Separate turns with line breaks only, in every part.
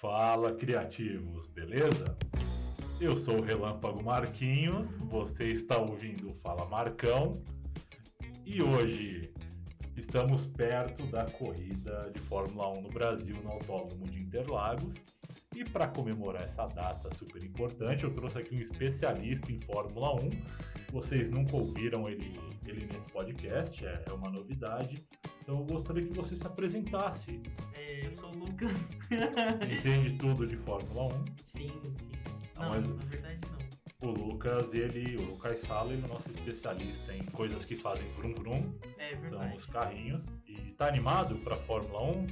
Fala Criativos, beleza? Eu sou o Relâmpago Marquinhos, você está ouvindo o Fala Marcão e hoje estamos perto da corrida de Fórmula 1 no Brasil, no Autódromo de Interlagos. E para comemorar essa data super importante, eu trouxe aqui um especialista em Fórmula 1. Vocês nunca ouviram ele, ele nesse podcast, é, é uma novidade. Então eu gostaria que você se apresentasse.
É, eu sou o Lucas.
Entende tudo de Fórmula 1.
sim, sim.
Não,
Não,
mas-
na verdade não.
O Lucas, ele, o Lucas Sala, ele é o nosso especialista em coisas que fazem vrum vrum,
É
são os
verdade.
carrinhos. E tá animado pra Fórmula 1?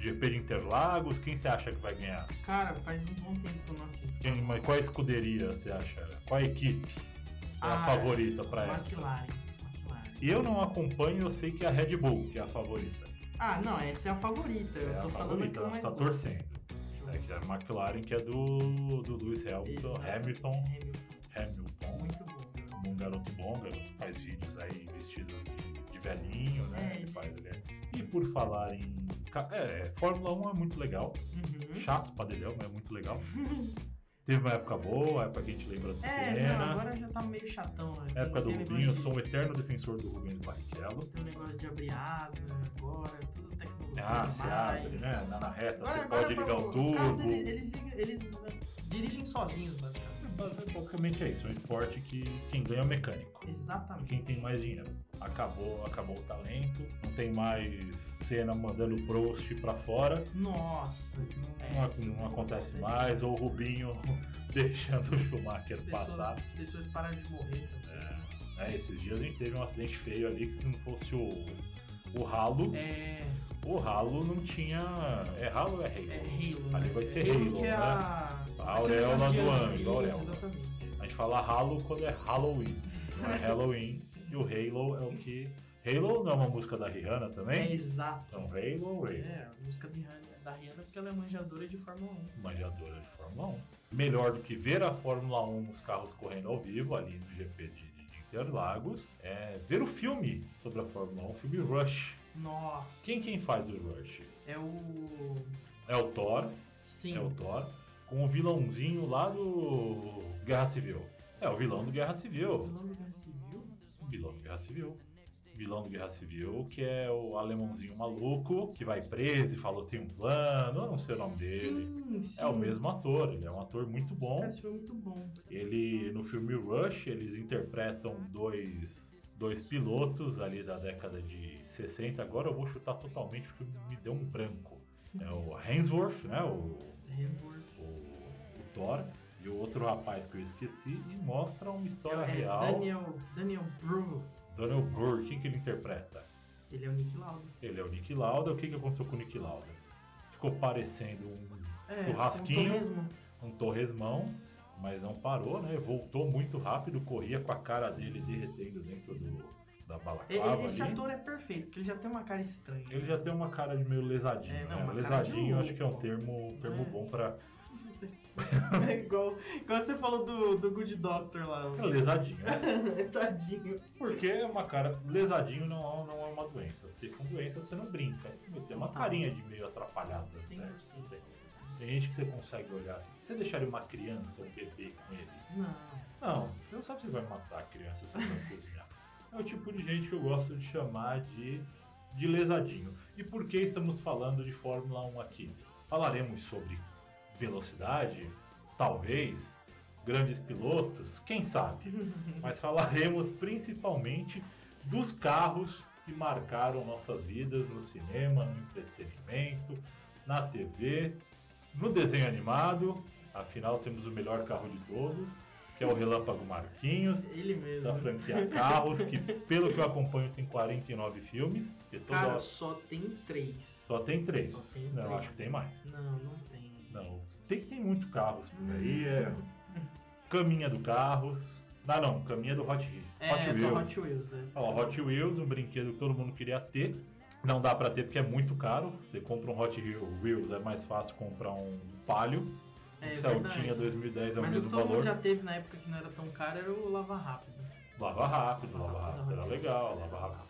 GP de Interlagos, quem você acha que vai ganhar?
Cara, faz um bom tempo que eu não assisto.
Quem, mas qual escuderia você acha? Qual equipe é a
Ah,
favorita pra essa?
McLaren. McLaren.
Eu não acompanho, eu sei que é a Red Bull que é a favorita.
Ah, não, essa é a favorita.
Essa
eu
é
tô
a
falando que
favorita,
eu
ela
mais
está
gosto.
torcendo.
Justo.
É que é a McLaren que é do, do Lewis Hamilton,
Exato.
Hamilton,
Hamilton.
Hamilton.
É, Muito bom.
um garoto bom, um garoto que faz vídeos aí vestidos de, de velhinho, né?
É,
ele
ele-
faz ele é- E por falar em. ca- É, é, Fórmula 1 é muito legal.
Uhum.
Chato pra delhão, mas é muito legal. Teve uma época boa, época que a gente lembra do
É, não,
Senna,
agora já tá meio chatão. Né?
época do
Tem negócio
Rubinho, eu
de-
sou um eterno defensor do Rubens Barrichello.
Tem um negócio de abrir asa agora, tudo tecnologia
Ah,
demais.
você abre, né? Na, na reta, você pode ligar o
Os
turbo.
carros, eles, eles ligam- eles, ah, dirigem sozinhos, basicamente.
Basi- Basicamente é isso, é um esporte que quem ganha é o mecânico.
Exatamente.
quem tem mais dinheiro. Acabou, acabou o talento, não tem mais cena mandando o Prost pra fora.
Nossa, isso não,
Não, ac- É, não acontece mais, ou o Rubinho deixando o
As
Schumacher
pessoas,
passar.
as pessoas pararam de morrer tá? também.
É, esses dias a gente teve um acidente feio ali que se não fosse o, o ralo,
É,
o ralo não tinha. É ralo ou é
é
rei?
Halo.
Ali
né?
vai ser
É Halo,
Halo,
que é
né?
a,
A auréola
aquele negócio
do anjo,
de anjo, isso,
a auréola.
Exatamente.
A gente fala ralo quando é Halloween, não é Halloween. e o Halo é o que. Halo não é uma música da Rihanna
É
também?
exato.
Então, Halo, Halo.
É, a música de Rihanna- da Rihanna porque ela é manjadora de Fórmula 1.
manjadora de Fórmula 1. Melhor do que ver a Fórmula 1 os carros correndo ao vivo ali no GP de, de Interlagos é ver o filme sobre a Fórmula 1, o filme Rush.
Nossa.
Quem quem faz o Rush?
É o.
É o Thor,
Sim.
é o Thor, com o vilãozinho lá do Guerra Civil. É o vilão do Guerra Civil.
Vilão do Guerra Civil?
vilão do Guerra Civil. Vilão do Guerra Civil, que é o alemãozinho maluco, que vai preso e falou tem um plano, eu não sei o nome dele.
Sim, sim.
É o mesmo ator, ele é um ator muito bom.
Cara, esse filme é muito bom.
Ele no filme Rush, eles interpretam dois, dois pilotos ali da década de 60. Agora eu vou chutar totalmente porque me deu um branco. É o Hemsworth, né? O,
Hemsworth.
o, o Thor e o outro rapaz que eu esqueci e mostra uma história
É,
real.
Daniel, Daniel Bruhl.
Daniel Burr, quem que ele interpreta?
Ele é o Nick Lauda.
Ele é o Nick Lauda. O que que aconteceu com o Nick Lauda? Ficou parecendo um
É,
Churrasquinho.
um torresmo.
um torresmão, mas não parou, né? Voltou muito rápido, corria com a cara dele derretendo dentro do, da
E- e-
balaclava
Esse
ali.
ator é perfeito, porque ele já tem uma cara estranha.
Ele já tem uma cara de meio lesadinho,
É, não,
né?
uma cara de
Lesadinho,
louco.
acho que é um termo, termo
É.
bom pra...
é igual, igual você falou do, do Good Doctor lá.
É lesadinho, né?
Tadinho.
Porque é uma cara... Lesadinho não, é- não é uma doença. Porque com doença você não brinca. Tem uma carinha de meio atrapalhada, né?
100%.
Tem- Tem gente que você consegue olhar assim. Você deixaria uma criança, um bebê com ele?
Não.
Não, você não sabe se vai matar a criança se vai cozinhar. É o tipo de gente que eu gosto de chamar de, de lesadinho. E por que estamos falando de Fórmula 1 aqui? Falaremos sobre velocidade, talvez, grandes pilotos, quem sabe? Mas falaremos principalmente dos carros que marcaram nossas vidas no cinema, no entretenimento, na TV, no desenho animado. Afinal, temos o melhor carro de todos, que é o Relâmpago Marquinhos,
Ele mesmo.
da franquia Tá Carros, que pelo que eu acompanho tem 49 filmes, porque toda
Cara,
hora
só tem três.
só tem três.
só tem
Não,
três.
acho que tem mais.
Não, não tem.
Não, tem tem muito carros por aí. É... Caminha do Carros. Não, não, Caminha do Hot,
É,
Hot
da
Wheels.
Hot Wheels. é.
Ó, Hot Wheels, um brinquedo que todo mundo queria ter. Não dá pra ter porque é muito caro. Você compra um Hot Wheels, é mais fácil comprar um Palio.
É,
um
é
Celtinha
verdade.
2010 é o
Mas o
mesmo
que todo mundo
valor.
já teve na época que não era tão caro era o Lava Rápido.
Lava rápido, lava
Lava
rápido. Era
rápido.
legal, lava rápido.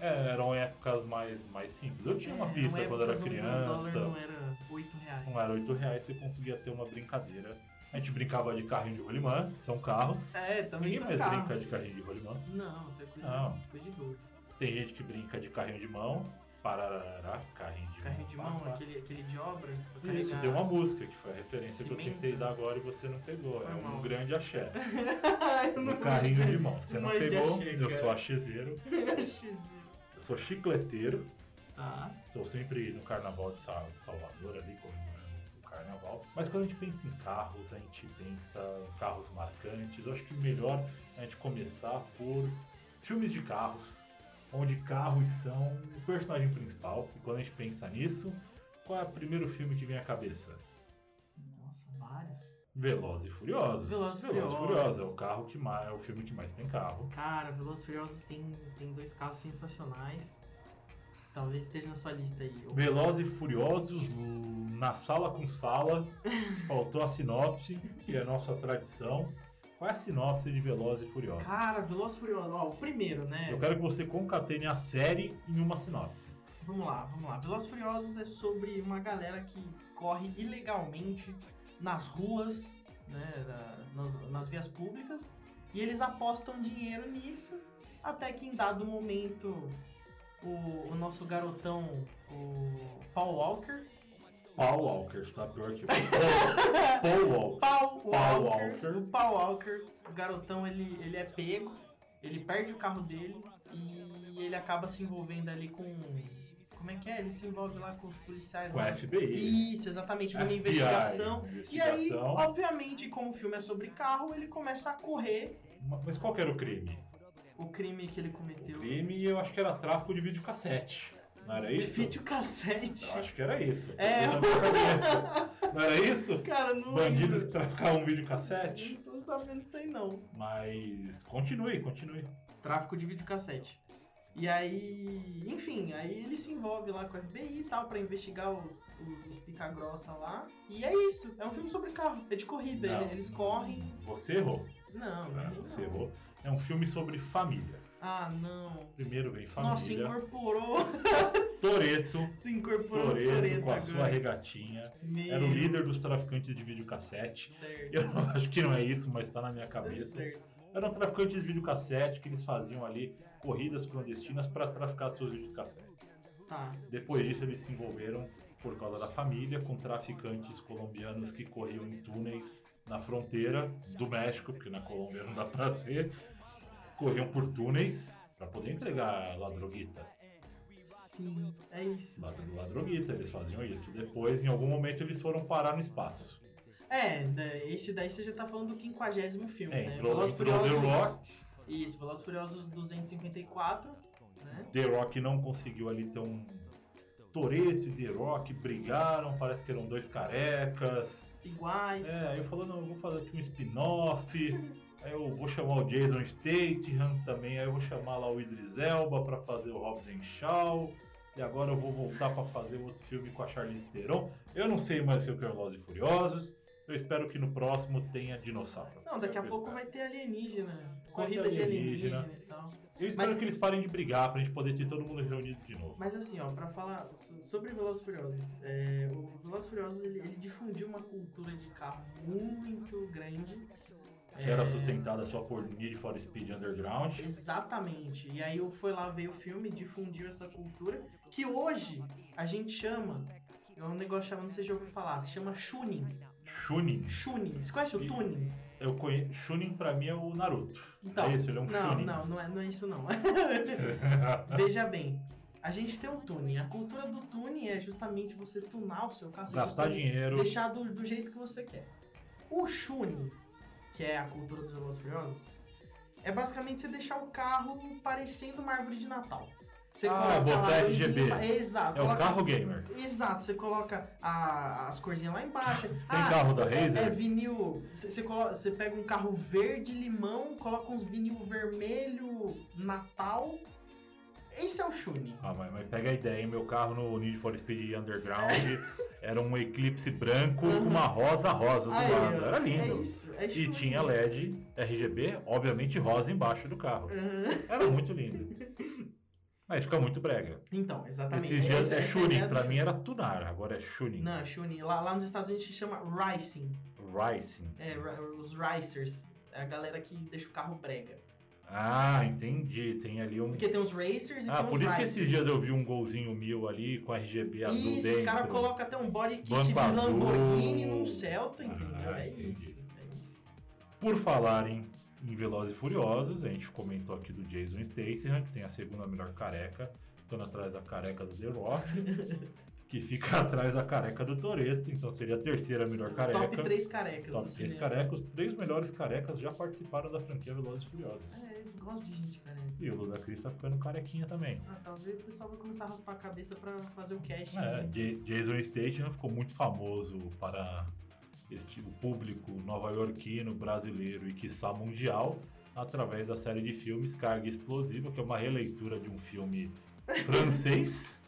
É, eram épocas mais, mais simples. Eu tinha uma
É,
pizza quando
época
era
que os dólar
criança.
não é. era 8 reais.
Não era 8 reais, você conseguia ter uma brincadeira. A gente brincava de carrinho de rolimã, que são carros.
É, também
Ninguém
são
mais
carros.
brinca de carrinho de rolimã.
Não, isso é coisa,
Não.
coisa de 12.
Tem gente que brinca de carrinho de mão, parará, carrinho de
Carrinho de
pá,
mão,
pá.
aquele, aquele de obra. pra
Isso,
carregar.
tem uma música que foi a referência que eu
Cimento.
tentei dar agora e você não pegou.
Foi
é um
mal.
grande axé.
Eu não
Um carrinho de
gosto
mão. Você não
Mas de
pegou,
axé,
eu
cara.
sou axezeiro,
Xizinho.
eu sou chicleteiro.
Tá.
Estou sempre no carnaval de Sa- Salvador ali, comemorando o carnaval. Mas quando a gente pensa em carros, a gente pensa em carros marcantes. Eu acho que melhor a gente começar por filmes de carros, onde carros são o personagem principal. E quando a gente pensa nisso, qual é o primeiro filme que vem à cabeça?
Nossa, vários.
Velozes e Furiosos.
Velozes
Velozes
e
e
Furiosos.
Furiosos é o carro que mais, é o filme que mais tem carro.
Cara, Velozes e Furiosos tem, tem dois carros sensacionais. Talvez esteja na sua lista aí. Ou-
Velozes e Furiosos hum, na sala com sala. Faltou a sinopse, que é a nossa tradição. Qual é a sinopse de Velozes e Furiosos?
Cara, Velozes e Furiosos, ó, o primeiro, né?
Eu quero que você concatene a série em uma sinopse.
Vamos lá, vamos lá. Velozes e Furiosos é sobre uma galera que corre ilegalmente nas ruas, né, da- nas, nas vias públicas, e eles apostam dinheiro nisso, até que em dado momento o, o nosso garotão, o Paul Walker,
Paul Walker, sabe pior que eu. Paul- Paul Walker.
Paul
Paul
Walker,
Walker.
o Paul Walker, o garotão, ele, ele é pego, ele perde o carro dele e ele acaba se envolvendo ali com... Como é que é? Ele se envolve lá com os policiais.
Com
lá.
a FBI.
Isso, exatamente, numa
FBI,
investigação. E aí,
investigação.
obviamente, como o filme é sobre carro, ele começa a correr
Ma- Mas qual que era o crime?
o crime que ele
O
cometeu.
crime eu acho que era tráfico de videocassete. Não era isso?
Videocassete.
Eu acho que era isso.
Um É.
Eu lembro que era isso. Não era isso?
Cara, não
Bandidos
lembro.
que traficavam um videocassete?
Não tô sabendo isso aí, não.
Mas continue, continue.
Tráfico de videocassete. E aí, enfim, aí ele se envolve lá com a FBI e tal, pra investigar os, os, os pica-grossa lá. E é isso, é um filme sobre carro, é de corrida,
Não.
ele- eles correm.
Você errou.
Não,
né?
não.
Você errou. É um filme sobre família.
Ah, não.
Primeiro vem
Nossa,
família.
incorporou,
Toreto.
se incorporou o
Toreto
Toreto
com a sua
agora.
regatinha.
Meu
Era um o líder dos traficantes de videocassete.
Certo.
Eu não- acho que não é isso, mas tá na minha cabeça.
certo.
Eram traficantes de videocassete que eles faziam ali corridas clandestinas para traficar seus videocassetes.
Tá.
Depois disso, eles se envolveram por causa da família com traficantes colombianos que corriam em túneis na fronteira do México, porque na Colômbia não dá pra ser. Corriam por túneis para poder entregar ladroguita.
Sim, é isso.
Ladro, ladroguita, eles faziam isso. Depois, em algum momento, eles foram parar no espaço.
É, da- esse daí você já tá falando do quinquagésimo filme,
É,
né?
entrou,
Velozes e
entrou The
Furiosos-
Rock.
Isso, Velozes e Furiosos 254, né?
The Rock não conseguiu ali ter um. Toreto e The Rock brigaram, parece que eram dois carecas.
Iguais.
É, aí eu falou, não, eu vou fazer aqui um spin-off, aí eu vou chamar o Jason Statham também, aí eu vou chamar lá o Idris Elba pra fazer o Hobbs Shaw, e agora eu vou voltar pra fazer um outro filme com a Charlize Theron. Eu não sei mais o que eu quero Velozes e Furiosos, eu espero que no próximo tenha dinossauro.
Não, daqui
É
a
o que eu
pouco
espero.
vai ter alienígena.
ter
Corrida de
é alienígena.
alienígena e tal.
Eu espero
Mas-
que eles parem de brigar pra gente poder ter todo mundo reunido de novo.
Mas assim, ó, pra falar so- sobre Velozes e Furiosos, é, o Velozes e Furiosos, ele, ele difundiu uma cultura de carro muito grande.
Que era
É,
sustentada só por Need for Speed Underground.
Exatamente. E aí eu foi lá ver o filme, difundiu essa cultura, que hoje a gente chama, é um negócio chamado, não sei se já ouviu falar, se chama Shunin.
Chunin.
Shunin. Você conhece o
Ih.
Tuning?
Eu conheço. Chunin pra mim é o Naruto.
Então,
é isso, ele é um
não,
Chunin.
não, não é, não é isso não. Veja bem, a gente tem o Tuning. A cultura do Tuning é justamente você tunar o seu carro, você
Gastar
customiza-
dinheiro.
deixar do, do jeito que você quer. O Shune, que é a cultura dos Velozes e Furiosos, é basicamente você deixar o carro parecendo uma árvore de Natal. Você
Ah,
coloca
botar
lá,
RGB.
luzinha- Exato.
É o
coloca-
carro gamer.
Exato, você coloca a- as corzinhas lá embaixo. Tem
Tem carro da
é,
Razer?
é vinil. Você você colo- você pega um carro verde limão, coloca uns vinil vermelho Natal. Esse é o Shune.
Ah, mas, mas pega a ideia, hein? Meu carro no Need for Speed Underground era um eclipse branco com uma rosa rosa do
Aí,
lado.
ó,
Era
É
lindo.
isso, é
e
Shune.
tinha LED RGB, obviamente rosa embaixo do carro.
Aham.
Era muito lindo. Mas fica muito brega.
Então, exatamente.
Esses dias
Essa-
é
essa a
Shunin,
ideia do
pra mim
Chunin.
era Tunar, agora é Shunin.
Não, Shunin. Lá, lá nos Estados Unidos se chama Ricing.
Rising.
É, ra- os Ricers. É a galera que deixa o carro brega.
Ah, entendi. Tem ali um.
Porque tem os Racers e
Ah,
tem os
por isso que
Ricers.
esses dias eu vi um golzinho mil ali com RGB azul
Isso,
dentro.
os caras colocam até um body kit
Banco
de
azul.
Lamborghini num Celta, entendeu?
Ah,
é
entendi.
isso, é isso.
Por falar em, em Velozes e Furiosos, a gente comentou aqui do Jason Statham, que tem a segunda melhor careca, ficando atrás da careca do The Rock, que fica atrás da careca do Toreto, então seria a terceira melhor careca.
Top 3 carecas
Top
do
três
cinema.
carecas, os três melhores carecas já participaram da franquia Velozes e Furiosos.
É, eles gostam de gente careca.
E o Ludacris tá ficando carequinha também.
Ah, talvez o pessoal vai começar a raspar a cabeça pra fazer o cast.
É,
né?
Ja- Jason Statham ficou muito famoso para este, o público nova-iorquino, brasileiro e, quiçá, mundial, através da série de filmes Carga Explosiva, que é uma releitura de um filme francês.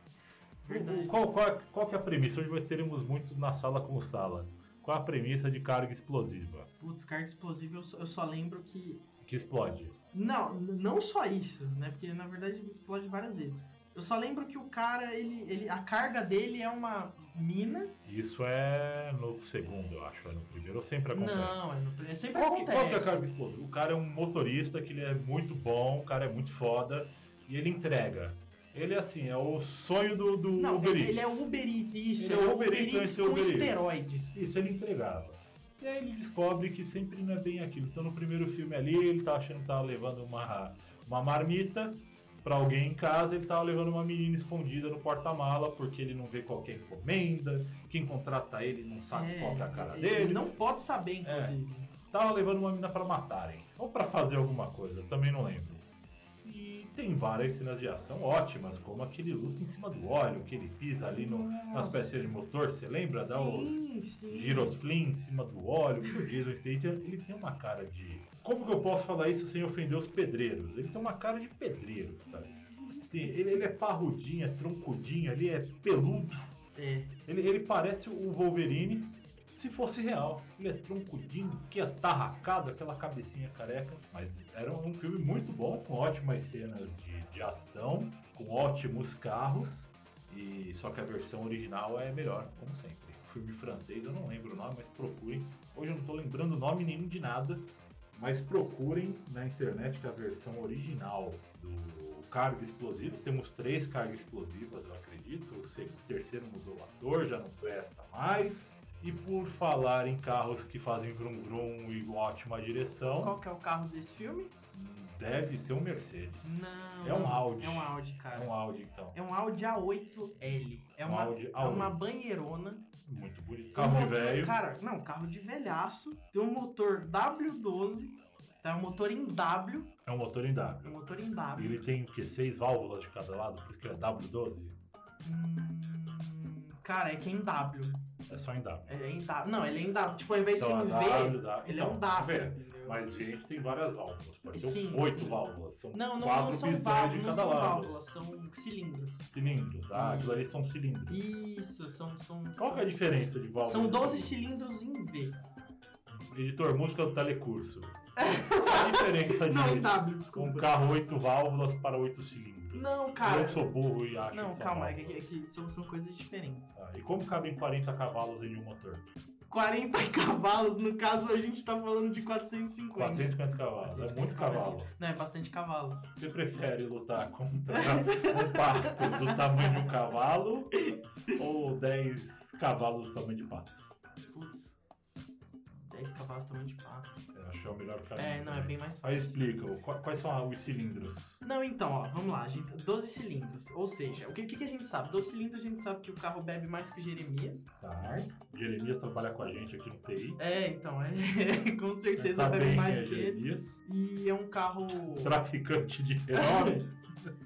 O-
Verdade.
o- Qual, qual, qual que é a premissa? Hoje vai teremos muito na sala com sala. Qual a premissa de Carga Explosiva?
Putz, carta explosiva, eu só, eu só lembro que
Que explode.
Não, n- não só isso, né? Porque na verdade ele explode várias vezes. Eu só lembro que o cara, ele, ele a carga dele é uma mina.
Isso é no segundo, eu acho. É no primeiro ou sempre acontece?
Não, é, no, é sempre
Qual que,
acontece.
qual que é a carga explosiva? O cara é um motorista que ele é muito bom, o cara é muito foda e ele entrega. Ele, assim, é o sonho do, do
Não,
Uber
ele,
Eats.
ele é o Uber Eats,
Ele
isso, é o Uber Eats,
anti-Uber
com
Eats.
esteroides.
Isso, ele entregava. E aí ele descobre que sempre não é bem aquilo. Então no primeiro filme ali, ele tá achando que tava levando uma, uma marmita pra alguém em casa, ele tava levando uma menina escondida no porta-mala, porque ele não vê qualquer encomenda, quem contrata ele não sabe
É,
qual que é a cara
ele
dele É,
não pode saber, inclusive.
tava levando uma mina pra matarem. Ou pra fazer alguma coisa, também não lembro. E tem várias cenas de ação ótimas, como aquele luta em cima do óleo, que ele pisa ali no, nas
Nossa.
peças de motor, você lembra? Dá os
Sim, sim.
girosflim em cima do óleo. E o Jason Statham, ele tem uma cara de... Como que eu posso falar isso sem ofender os pedreiros? Ele tem uma cara de pedreiro, sabe? Sim, ele, ele é parrudinho, é troncudinho ali, é peludo.
É.
Ele, ele parece o Wolverine se fosse real. Ele é troncudinho, que atarracado, aquela cabecinha careca. Mas era um filme muito bom, com ótimas cenas de, de ação, com ótimos carros. E só que a versão original é melhor, como sempre. Filme francês, eu não lembro o nome, mas procurem. Hoje eu não tô lembrando nome nenhum de nada, mas procurem na internet que a versão original do Carga Explosiva, temos três cargas explosivas, eu acredito. O se- o terceiro mudou o ator, já não presta mais. E por falar em carros que fazem vrum vrum e ótima direção,
Qual que é o carro desse filme?
deve ser um Mercedes.
Não.
É um Audi.
É um Audi,
É
cara.
um Audi, então. Um
É um Audi A8L. É uma,
Audi
é uma
A8.
banheirona
Muito bonito.
Um
Carro de
motor-
velho.
Cara, não, carro de velhaço. Tem um motor W12, tá? Um motor em W.
É um motor em
Um
W.
motor em
E
W.
ele tem o quê? Seis válvulas de cada lado, por isso que ele é W12?
Hum, cara, é que é em W.
É só em W.
É em W. Não, ele é em W. Tipo, ao invés de ser
Então,
um
é
V,
W, W.
ele é
Então,
um W.
V.
entendeu?
Mas gente tem várias válvulas. Pode ter um
Sim,
oito
sim.
válvulas. São
Não, não,
quatro
não são
pistões de
válvulas, não
cada
são
lado.
válvulas, são cilindros.
Cilindros. Ah, aquilo ali
Isso.
são cilindros.
Isso, são. são,
Qual que é a diferença de válvulas?
são 12 cilindros em V.
Editor, música do telecurso. Qual a diferença É de
Não, em W,
um
desculpa.
carro oito válvulas para oito cilindros?
Não, cara.
Eu que sou burro e acho que
Não,
são
calma, é que,
válvulas.
é que são, são coisas diferentes.
Ah, e como cabem 40 cavalos em um motor?
40 cavalos, no caso a gente tá falando de 450.
450 cavalos, é
450
muito cavalo.
Não, é bastante cavalo.
Você prefere lutar contra um pato do tamanho de um cavalo ou 10 cavalos do tamanho de pato?
Putz. 10 cavalos tamanho de pato.
Eu acho que é o melhor caminho.
É, não, é
também.
bem mais
Aí
fácil.
explica, o- qua- quais são os cilindros?
Não, então, ó, vamos lá. a gente- 12 cilindros. Ou seja, o que, o que que a gente sabe? 12 cilindros a gente sabe que o carro bebe mais que o Jeremias.
Tá. Jeremias trabalha com a gente aqui no TI.
É, então, é. com certeza
Tá
bebe
bem,
mais
né,
que ele.
Jeremias.
E é um carro.
Traficante de herói.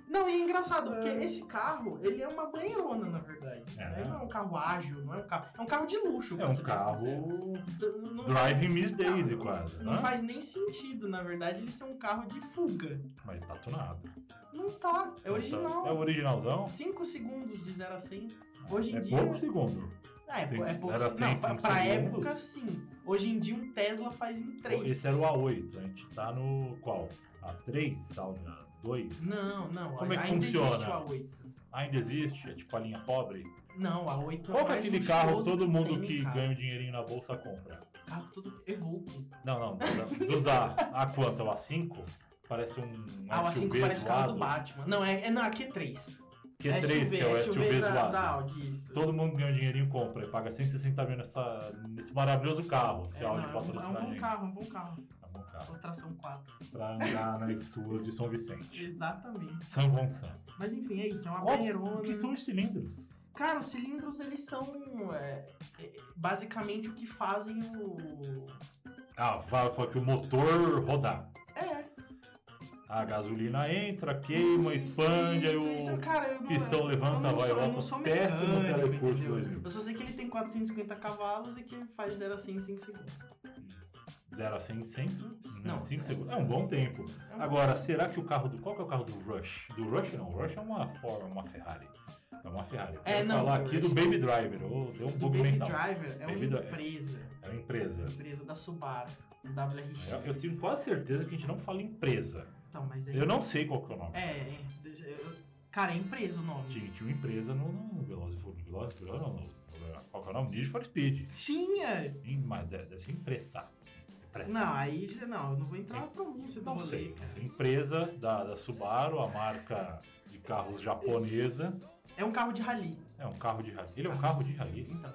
Não, e é engraçado, porque esse carro, ele é uma banheirona, na verdade.
É.
né? Não é um carro ágil, não é um carro. É um carro de luxo,
É
pra
um
ser bem sincero.
carro
Não- não faz-
Driving Miss Daisy
Não,
quase,
Não
né?
faz nem sentido, na verdade, ele ser um carro de fuga.
Mas tá tunado.
Não tá, é
É o
original.
originalzão?
5 segundos de 0 a 100. Hoje em
É
dia.
pouco segundo.
Ah, é, pou- é
Sim,
pouco.
era
se-
cem,
não, pra,
cinco
pra
segundos.
época, sim. Hoje em dia, um Tesla faz em 3.
é Esse era o A8, a gente tá no qual? A3, Audi 2?
Não, não.
Como é que
ainda
funciona?
existe o A8.
Ainda existe? É tipo a linha pobre?
Não, a 8
Qual que é
mais
aquele carro
luxuoso
todo
que
mundo
tem,
que
cara.
ganha o dinheirinho na bolsa compra?
Carro todo Evoque.
Não, não. do- Dos da A quanto? É o A5? Parece um
Ah, o A5
SUV
parece o carro do
zoado.
Batman. Não, é, é não, a Q3.
Q3, que é o SUV
da,
zoado.
da Audi, isso.
Todo mundo ganha um dinheirinho e compra. E paga 160 mil nessa, nesse maravilhoso carro. Se
é,
a Audi
não, é um- é
patrocinar
um
a
bom
gente. Tá.
carro, é um bom carro.
É um bom carro.
Ou tração 4.
Pra andar nas ruas de São Vicente.
Exatamente.
São Gonçalo.
Mas enfim, é isso, é uma
Qual-
banheirona.
O que são os cilindros?
Cara, os cilindros, eles são é, é, basicamente o que fazem o...
Ah, vai falar que o motor rodar.
É.
A gasolina entra, queima,
isso,
expande,
isso,
aí o
isso. Cara, eu não- é,
pistão
eu
levanta,
não
vai e
sou- eu
volta.
não sou
Péssimo
mecânico,
telecurso
entendeu?
2000.
Eu só sei que ele tem 450 cavalos e que faz 0 a 100 em 5 segundos.
0 a 100 em 100? Não, 5
é-
segundos. É um bom tempo.
É um-
Agora, será que o carro do. Qual que é o carro do Rush? Do Rush não, o Rush é uma forma, uma Ferrari. É uma Ferrari. Eu
É,
ia
não,
falar
do
aqui
Rush.
do Baby Driver. Ô, deu um
Do
bug
Baby
mental.
Driver é uma
Baby Driver.
empresa.
É uma empresa.
Empresa da Subaru, um WRX.
Eu- Eu tenho quase certeza que a gente não fala empresa.
Então, mas é.
Eu não sei qual que é o nome.
É, é, eu- cara, é empresa o nome.
Tinha, tinha uma empresa no, no Velozes e Furiosos. Velozes e Furiosos não. no- Qual que é o nome? Need for Speed.
Tinha!
Ih, Mas deve deve ser empresa. Empresa.
Não, aí já não, eu não vou entrar na pronúncia do
Não
rolê,
sei.
cara.
Essa empresa da, da Subaru, a marca de carros japonesa.
É um carro de rally.
É um carro de rally. Ele é um carro de rally.
Então,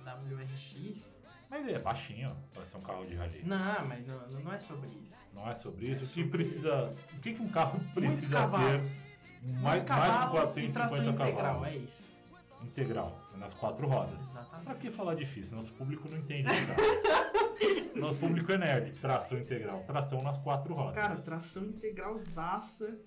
o WRX.
Mas ele é baixinho, ó, pra ser um carro de rally.
Não, mas não, não é sobre isso.
Não é sobre isso. O que precisa. O que, que um carro
Muitos
precisa ter?
cavalos.
Mais, mais
muitos
de
cavalos
450
e tração integral,
cavalos.
é isso.
Integral, nas quatro rodas.
Exatamente.
Pra que falar difícil? Nosso público não entende de carro. Nosso público é nerd. Tração integral. Tração nas quatro rodas.
Cara, tração integral zaça.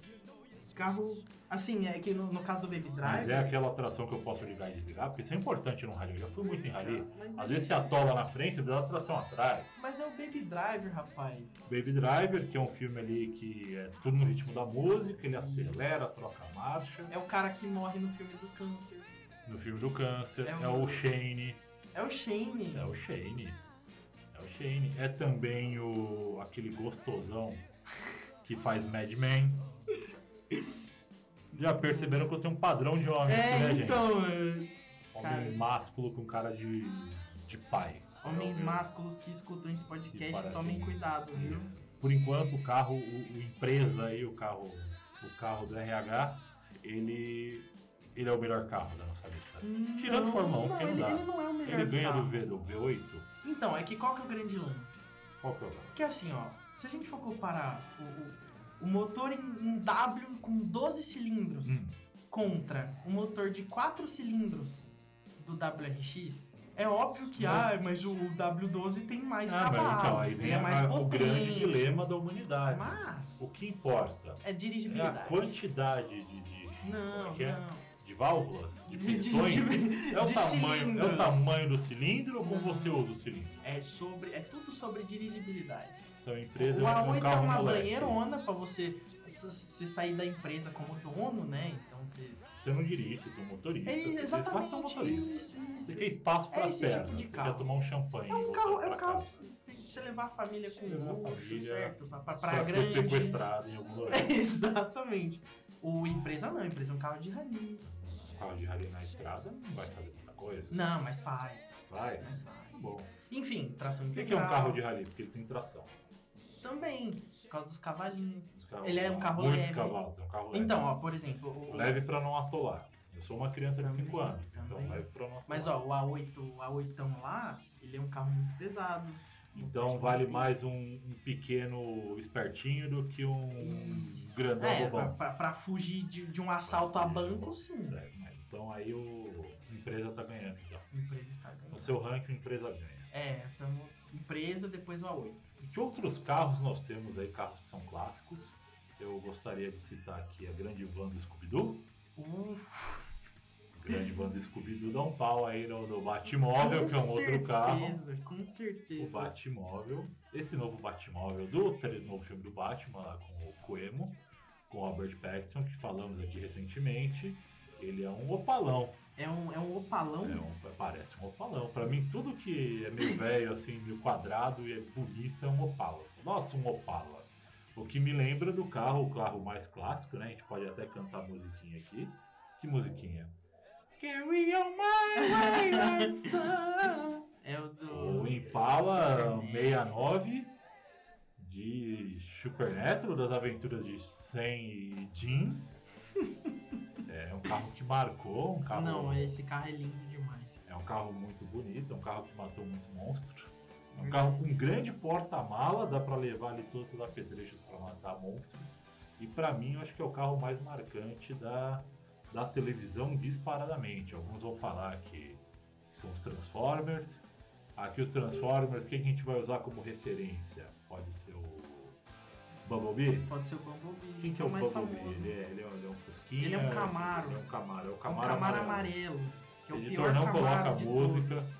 Carro. Assim, é que no, no caso do Baby
Mas
Drive.
é aquela tração que eu posso ligar e desligar, porque isso é importante no rally. Eu já fui muito em rally.
mas,
Às
é,
vezes se atola na frente e dá tração atrás.
mas é o Baby Drive, rapaz.
Baby Driver, que é um filme ali que é tudo no ritmo da música, ele acelera, troca a marcha.
É o cara que morre no filme do câncer.
No filme do câncer,
É
é,
um-
o Shane.
É o Shane.
É o Shane. É o Shane. É também o aquele gostosão que faz Mad Men. Já perceberam que eu tenho um padrão de homem aqui,
É,
né,
então. é,
gente? Homem
cara.
másculo com cara de, de pai.
Homens
É o meu-
másculos que escutam esse
Que
podcast,
parece
tomem
um-
cuidado, viu?
Isso. Por enquanto, o carro, o, o empresa aí, o carro, o carro do RH, ele, ele é o melhor carro da nossa lista. Tirando
não,
Fórmula 1,
não,
que não
ele,
dá.
ele não é o melhor
Ele ganha
carro.
do, v, do V8?
Então, é que qual que é o grande lance?
Qual que é o lance?
Porque assim, ó, se a gente for comparar o, o- o motor em, em W com 12 cilindros
Hum,
contra o motor de 4 cilindros do WRX, é óbvio que, ah, mas o W12 tem mais
Né? Ah, mas
cavalos,
então, aí
ele
vem
é
a-
mais
a- o
potente.
grande dilema da humanidade. O
Mas
que importa é
é
a
dirigibilidade.
quantidade de, de, como
Não,
é que é?
não.
de válvulas, de pistões. é, o tamanho, é
de
o
cilindros.
tamanho do cilindro ou como
Não.
você usa o cilindro?
É sobre, é tudo sobre dirigibilidade.
Então, a empresa
o
é um
A8 é
carro
uma
moleque.
banheirona pra você s- s- sair da empresa como dono, né? Então você.
Você não dirige, você tem um motorista.
É
você tem
exatamente
espaço pra um motorista.
isso,
Você
isso.
quer espaço para
É
as
esse tipo
pernas.
de
você
carro.
quer tomar um champanhe.
É um
voltar
carro, é
pra
um carro
casa.
pra você, tem que você levar a família com
Levar a
luxo,
família
certo? Pra, pra
Pra
praia
ser
grande.
sequestrado em algum lugar.
Exatamente. O empresa não, empresa é um carro de rally.
Um carro de rally na estrada não vai fazer muita coisa.
Não, mas faz.
Vai.
Mas faz.
Bom.
Enfim, tração
O que
integral.
que é um carro de rally? Porque ele tem tração.
Também, por causa dos cavalinhos.
Os carros-
Ele é um carro
muitos
leve.
cavalos, é um carro leve.
Então, ó, por exemplo, o,
Leve para não atolar. Eu sou uma criança
Também,
de 5 anos,
também.
então leve para não atolar.
Mas ó, o A8, o A8 lá, ele é um carro muito pesado.
então vale mais um, um pequeno espertinho do que um
Isso.
grandão
É, pra,
bobão. É,
pra, pra fugir de, de um assalto a banco, sim.
Certo, mas então aí o a empresa tá ganhando. Então.
Empresa está
No
ganhando.
seu ranking, a empresa ganha.
É, então, empresa, depois o A8.
E que outros carros nós temos aí, carros que são clássicos? Eu gostaria de citar aqui a grande van do Scooby-Doo.
Uh,
A grande van do Scooby-Doo dá um pau aí no, no Batmóvel, que é um outro carro.
Com
O
certeza, com certeza.
Batmóvel. Esse novo Batmóvel do tre- novo filme do Batman, lá com o Coemo, com o Robert Pattinson, que falamos aqui recentemente. Ele é um opalão.
É um, é um opalão.
É um- parece um opalão. Pra mim, tudo que é meio velho, assim, meio quadrado e é bonito é um opala. Nossa, um opala. O que me lembra do carro, o carro mais clássico, né? A gente pode até cantar musiquinha aqui. Que musiquinha? Carry on my wayward son.
É o do.
O Impala
Superman.
69 de Supernatural, das aventuras de Sam e Jim. É um carro que marcou, um carro.
Não, esse carro é lindo demais.
É um carro muito bonito, é um carro que matou muito monstro. É um carro com grande porta-mala, dá pra levar ali todos os apetrechos pra matar monstros. E pra mim, eu acho que é o carro mais marcante da, da televisão disparadamente. Alguns vão falar que são os Transformers. Aqui os Transformers, quem que a gente vai usar como referência? Pode ser o Bumblebee?
Pode ser o Bumblebee,
Quem que é
o
o
mais
Bumblebee?
famoso.
Ele é, ele, é, ele é um fusquinha?
Ele é um Camaro.
Ele é um Camaro, é o
É um
Camaro, amarelo.
amarelo. que é o
Editor
pior
não
Camaro
coloca
de
música.
todos.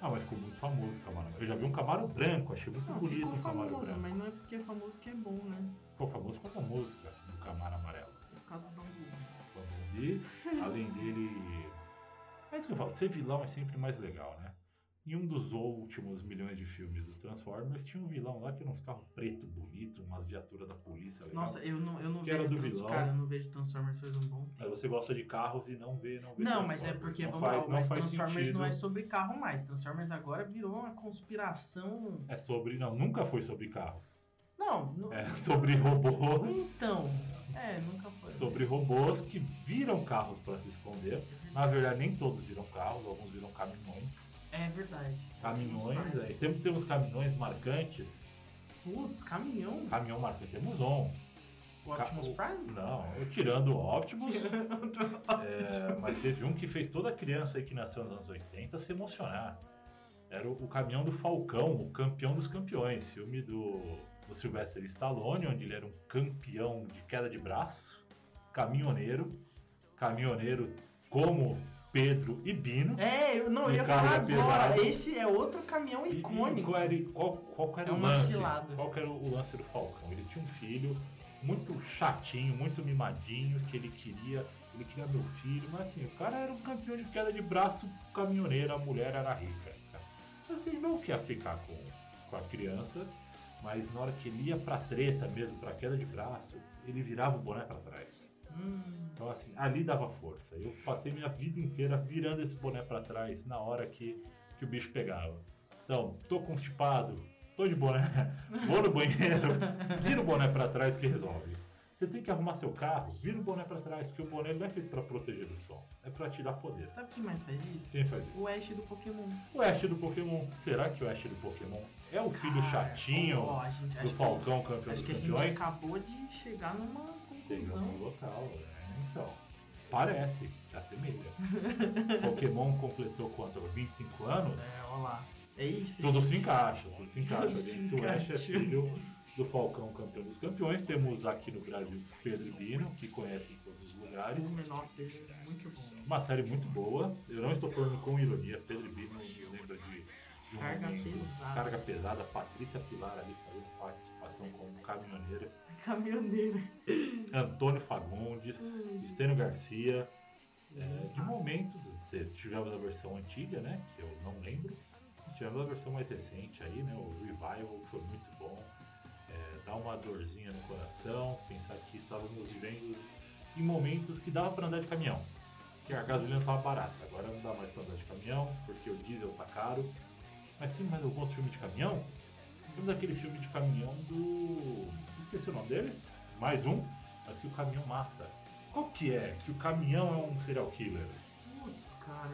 Ah, mas ficou muito famoso o Camaro. Eu já vi um Camaro branco, achei muito
Não,
bonito
ficou
um Camaro
famoso,
branco.
mas não é porque é famoso que é bom, né?
Ficou famoso com a música do Camaro amarelo. né?
É por causa do Bumblebee.
O Bumblebee, além dele... É isso que eu falo, ser vilão é sempre mais legal, né? Em um dos últimos milhões de filmes dos Transformers, tinha um vilão lá que era uns carros preto bonito, umas viaturas da polícia legal.
Nossa, eu não, eu não
tá Que era
vejo
do
trans-
vilão.
Cara, eu não vejo Transformers faz um bom tempo.
Mas você gosta de carros e não vê, não vê
Não, mas é
Transformers.
porque
não
vamos
faz,
lá,
não
mas
faz
Transformers
sentido.
não é sobre carro mais. Transformers agora virou uma conspiração.
É sobre. Não, nunca foi sobre carros.
Não, nu-
É sobre robôs.
então. É, nunca foi.
Sobre robôs que viram carros pra se esconder. Na verdade, nem todos viram carros, alguns viram caminhões.
É verdade.
Caminhões, é. aí temos, temos caminhões marcantes.
Putz, caminhão.
Caminhão marcante, temos um.
O Optimus Prime?
Não, eu tirando o Optimus. é, mas teve um que fez toda criança aí que nasceu nos anos 80 se emocionar. Era o, o caminhão do Falcão, o campeão dos campeões. Filme do, do Sylvester Stallone, onde ele era um campeão de queda de braço, caminhoneiro. Caminhoneiro como Pedro e Bino.
É, eu, não, eu ia
Ricardo
falar
é pesado.
agora. Esse é outro caminhão
E- e
icônico.
Qual é? era, qual- qual que era
É
o
uma
lance?
cilada.
Qual que era o lance do Falcão? Ele tinha um filho muito chatinho, muito mimadinho, que ele queria. Ele queria meu filho, mas assim, o cara era um campeão de queda de braço caminhoneiro, a mulher era rica. cara. Assim, não quer ficar com, com a criança, mas na hora que ele ia pra treta mesmo, pra queda de braço, ele virava o boné pra trás.
Hum,
Então, assim, ali dava força. Eu passei minha vida inteira virando esse boné pra trás na hora que, que o bicho pegava. Então, tô constipado, tô de boné, vou no banheiro, vira o boné pra trás que resolve. Você tem que arrumar seu carro, vira o boné pra trás, porque o boné não é feito pra proteger do sol, é pra tirar poder.
sabe quem mais faz isso?
Quem faz isso?
O Ash do Pokémon.
O Ash do Pokémon. Será que o Ash do Pokémon é o filho
Cara,
chatinho
ó, a gente,
do
acho que-
Falcão campeão dos
Acho que a gente
campeões?
acabou de chegar numa
Pegou
conclusão.
no um local, né? Então, parece, se assemelha. Pokémon completou quanto? 25 anos?
É, olha lá. É isso.
Tudo se encaixa, tudo se encaixa.
Tudo se
Esse West é
encaixa.
filho do Falcão campeão dos campeões. Temos aqui no Brasil Pedro e Bino, que conhece em todos os lugares.
Filme, Nossa, ele é muito bom.
Uma série muito boa. Eu não estou falando com ironia. Pedro e Bino me lembra de, de um
Carga
momento-
pesada.
Carga pesada. Patrícia Pilar ali fazendo participação como caminhoneira.
Caminhoneiro.
Antônio Fagundes,
Hum.
Estênio Garcia. É, de
Nossa.
momentos, te- tivemos a versão antiga, né? Que eu não lembro. E Tivemos a versão mais recente aí, né? O Revival, que foi muito bom. É, dá uma dorzinha no coração, pensar que estávamos vivendo em momentos que dava para andar de caminhão. Que a gasolina estava barata, agora não dá mais para andar de caminhão, porque o diesel tá caro. Mas tem mais algum outro filme de caminhão? Temos aquele filme de caminhão do. Esqueci o nome dele? Mais um, mas que o caminhão mata. Qual que é? Que o caminhão é um serial killer.
Putz, cara.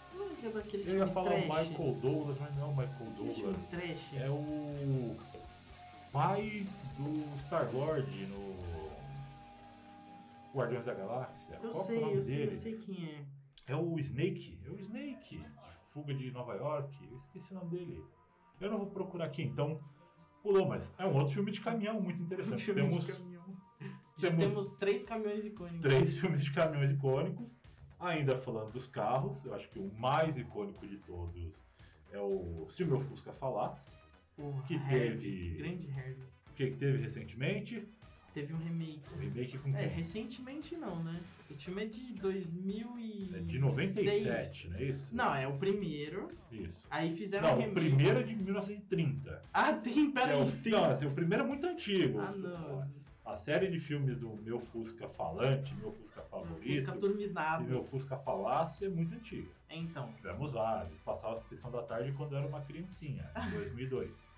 Você não lembra daquele
Eu ia
filme
falar
é um trash?
o Michael Douglas, mas não é o Michael
Aquele
Douglas.
filme trash.
É o pai do Star-Lord no Guardiões da Galáxia. Qual
Eu
que é o
sei,
nome
eu sei,
dele?
eu sei quem é.
É o Snake, é o Snake, de Fuga de Nova York, eu esqueci o nome dele. Eu não vou procurar aqui, então pulou, mas é um outro filme de caminhão muito
Um
interessante.
filme de
Temos
caminhão. Já
temos-
temos três caminhões icônicos.
três filmes de caminhões icônicos. Ainda falando dos carros, eu acho que o mais icônico de todos é o Se o Meu Fusca Falasse,
Porra,
que
Herbie,
teve-
Grande Herbie.
o que que teve recentemente.
Teve um remake.
O remake com
É,
quem?
recentemente não, né? Esse filme é de 2006.
É de 97, não é isso?
Não, é o primeiro.
Isso.
Aí fizeram
Não,
um
o
remake.
primeiro é de 1930.
Ah, tem,
É
peraí.
o,
tem.
não, assim, o primeiro é muito antigo.
Ah,
Assim,
não.
A série de filmes do Meu Fusca Falante, Meu Fusca Favorito,
Fusca
e
turbinado.
Meu Fusca Falasse é muito antiga.
É, Então.
Tivemos vários. Passava a sessão da tarde quando eu era uma criancinha, em 2002.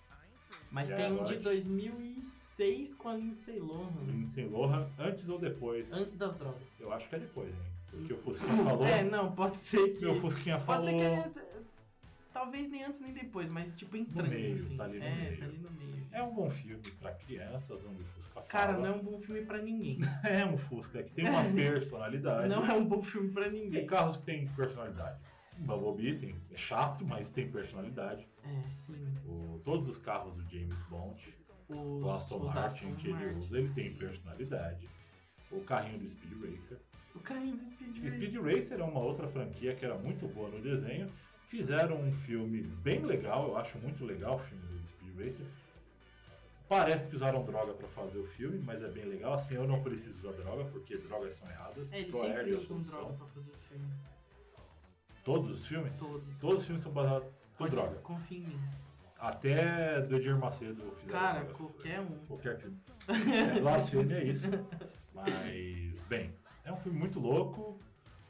Mas
É,
tem um
agora
de
que-
2006 com a Lindsay Lohan. né?
Lindsay Lohan, antes ou depois?
Antes das drogas.
Eu acho que é depois, hein? Porque o Fusquinha falou.
É, não, pode ser que.
Meu Fusquinha falou.
Pode ser que ele. Talvez nem antes nem depois, mas tipo entrando
meio,
assim.
tá ali no
é,
meio.
tá ali no meio.
É um bom filme pra crianças, onde o Fusca fala.
Cara, não é um bom filme pra ninguém.
É um Fusca que tem uma personalidade.
não é um bom filme pra
Tem
ninguém.
carros que tem personalidade. O Bumblebee tem, é chato, mas tem personalidade.
É, sim.
O- todos os carros do James Bond,
Os,
o Aston
os
Martin que ele
Martin,
usa, ele
sim.
tem personalidade. O carrinho do Speed Racer.
O carrinho do Speed Racer.
Speed Racer é uma outra franquia que era muito boa no desenho. Fizeram um filme bem legal, eu acho muito legal o filme do Speed Racer. Parece que usaram droga pra fazer o filme, mas é bem legal. Assim, eu não preciso usar droga, porque drogas são erradas.
É, eles
Pro Air
sempre
é a
usam
solução.
droga pra fazer os filmes.
Todos os filmes?
Todos.
os filmes são baseados com
Pode-
droga.
Confia em mim.
Até do Edir Macedo fizeram
Cara,
droga.
qualquer um.
Qualquer filme. é, blasfêmia é isso. Mas, bem, é um filme muito louco.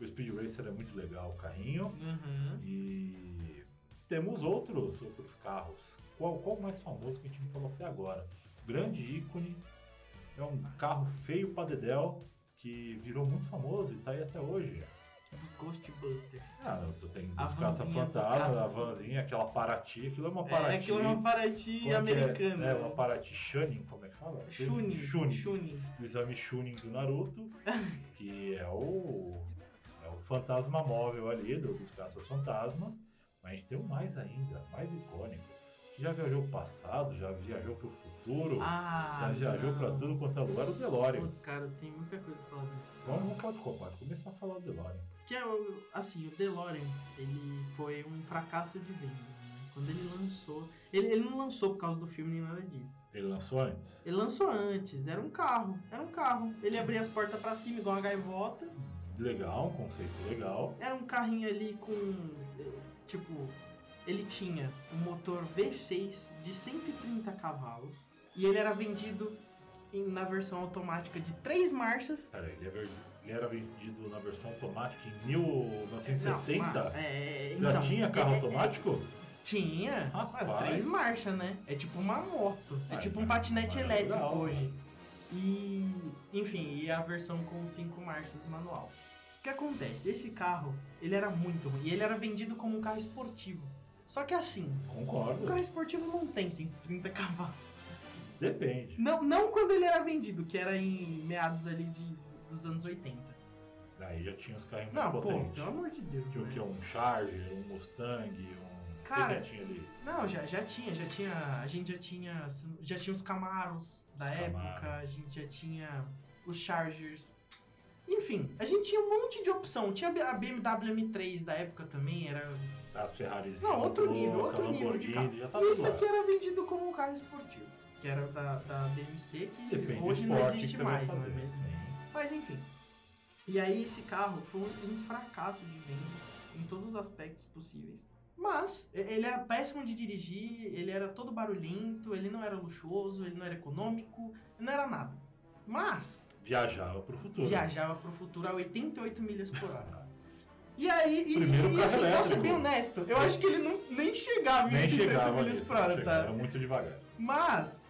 O Speed Racer é muito legal, o carrinho.
Uhum.
E temos outros, outros carros. Qual, qual o mais famoso que a gente não falou até agora? Grande ícone. É um carro feio pra Dedel que virou muito famoso e tá aí até hoje.
Dos Ghostbusters.
Ah, tu tem
A
dos
vanzinha dos
caça-fantasma, a
caças-
vanzinha, aquela Paraty, aquilo é uma
É,
Paraty.
aquilo é uma
como que
Paraty
é?
americana.
É, uma Paraty Shunin, como é que fala?
Chunin.
Shunin.
Chunin.
Do exame Shunin do Naruto, que é o, é o fantasma móvel ali do- dos caças-fantasmas. Mas a gente tem um mais ainda, mais icônico. Que já viajou pro passado, já viajou pro futuro, já
Ah,
viajou
não.
pra tudo quanto é lugar, o DeLorean.
Putz, cara, tem muita coisa pra falar disso.
Vamos, pode, pode começar a falar do DeLorean.
Que é, o- assim, o DeLorean, ele foi um fracasso de venda, né? Quando ele lançou... Ele, ele não lançou por causa do filme nem nada disso.
Ele lançou antes?
Ele lançou antes, era um carro, era um carro. Ele abria as portas pra cima igual uma gaivota.
Legal, um conceito legal.
Era um carrinho ali com, eh, tipo... Ele tinha um motor V6 de 130 cavalos. E ele era vendido em- na versão automática de três marchas
Cara, ele, é ver- ele era vendido na versão automática em 1970?
Não, é,
Já
então,
tinha carro
é- é-
automático?
Tinha.
Rapaz.
Ué, três marchas, né? É tipo uma moto. É
Ah,
tipo
é
um patinete
legal,
elétrico
né?
hoje. E, enfim, e a versão com cinco marchas manual. O que acontece? Esse carro, ele era muito ruim. E ele era vendido como um carro esportivo. Só que assim, o
Concordo.
carro esportivo não tem 130 cavalos.
Depende.
Não, não quando ele era vendido, que era em meados ali de, dos anos 80.
Daí já tinha os carrinhos mais
Não, pô,
potentes.
pelo amor de Deus.
Tinha o
né?
que? Um Charger, um Mustang, um.
Cara,
o que que tinha ali?
Não, já, já tinha, já tinha. A gente já tinha. Já tinha os Camaros da
Os
época,
Camaro.
a gente já tinha os Chargers. Enfim, a gente tinha um monte de opção. Tinha a BMW M3 da época também, era.
As Ferraris.
Não, outro nível, outro nível de
Lamborghini,
carro.
já tá
e
tudo
isso
lá.
aqui era vendido como um carro esportivo. Que era da, da BMC, que
Depende do
hoje
esporte
não
que
existe
você vai
mais, não é
fazer. assim.
mesmo?
Sim.
Mas enfim. E aí esse carro foi um fracasso de vendas em todos os aspectos possíveis. Mas e- ele era péssimo de dirigir, ele era todo barulhento, ele não era luxuoso, ele não era econômico, ele não era nada. Mas
Viajava pro futuro. Ah,
viajava pro futuro a 88 milhas por hora. E aí, e,
Primeiro carro
e, assim, pra ser
elétrico. É.
bem honesto, eu acho que ele não, nem chegava em
Nem
88
chegava
milhas
nisso,
por
não
hora,
chegava,
tá?
Era muito devagar.
Mas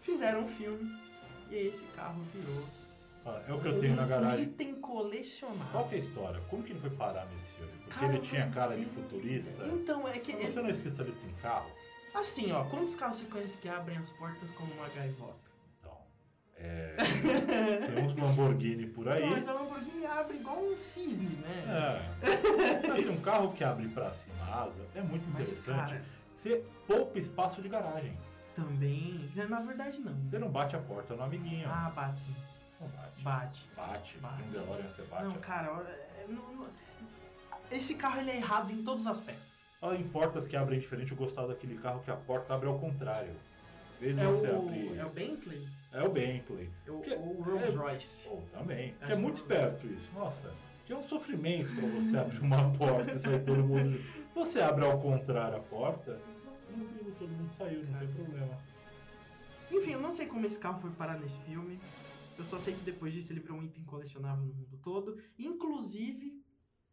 fizeram um filme e esse carro virou
Ah, É o que eu tenho na
um
garagem.
Item
Qual
colecionável.
que é a história? Como que ele foi parar nesse filme? Porque
Cara, eu
ele tinha
não
cara de
tenho
futurista?
Então, é que.
Mas Você
é-
não é especialista em carro?
assim, ó, quantos carros você conhece que abrem as portas como uma gaivota?
Então, é, tem uns Lamborghini por aí.
Não, mas é a Lamborghini abre igual um cisne, né?
É. Assim, um carro que abre pra cima a asa é muito
mas,
interessante.
cara,
você poupa espaço de garagem.
também. né, Na verdade, não.
Você não bate a porta no amiguinho.
Ah, bate sim.
não bate.
Bate.
Bate.
Bate.
No DeLorean você bate.
Não, cara, ó, é, não- não- esse carro ele é errado em todos os aspectos.
Fala em portas que abrem diferente. Eu gostava daquele carro que a porta abre é ao contrário. Em vez de
É
você
o,
abrir.
é o Bentley?
É, É o Bentley.
Ou
Que-
ou o Rolls Royce.
Ou também. Que
Acho
é muito
que eu-
esperto isso. Nossa, que é um sofrimento pra você abrir uma porta e sair todo mundo. junto. Você abre ao contrário a porta, tranquilo, todo mundo saiu, não tem problema.
Enfim, eu não sei como esse carro foi parar nesse filme. Eu só sei que depois disso ele virou um item colecionável no mundo todo. Inclusive,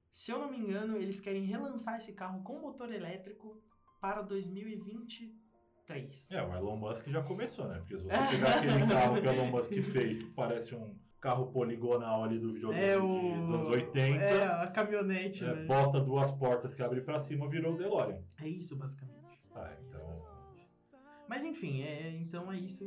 se eu não me engano, eles querem relançar esse carro com motor elétrico para 2023.
É, o Elon Musk já começou, né? Porque se
É.
você pegar aquele carro que o Elon Musk fez, que parece um carro poligonal ali do videogame
É
de-
o.
dos anos 80,
É, a caminhonete,
né,
né?
bota duas portas que abrem pra cima, virou o DeLorean.
É isso, basicamente.
Ah, então.
Mas enfim, é, então é isso.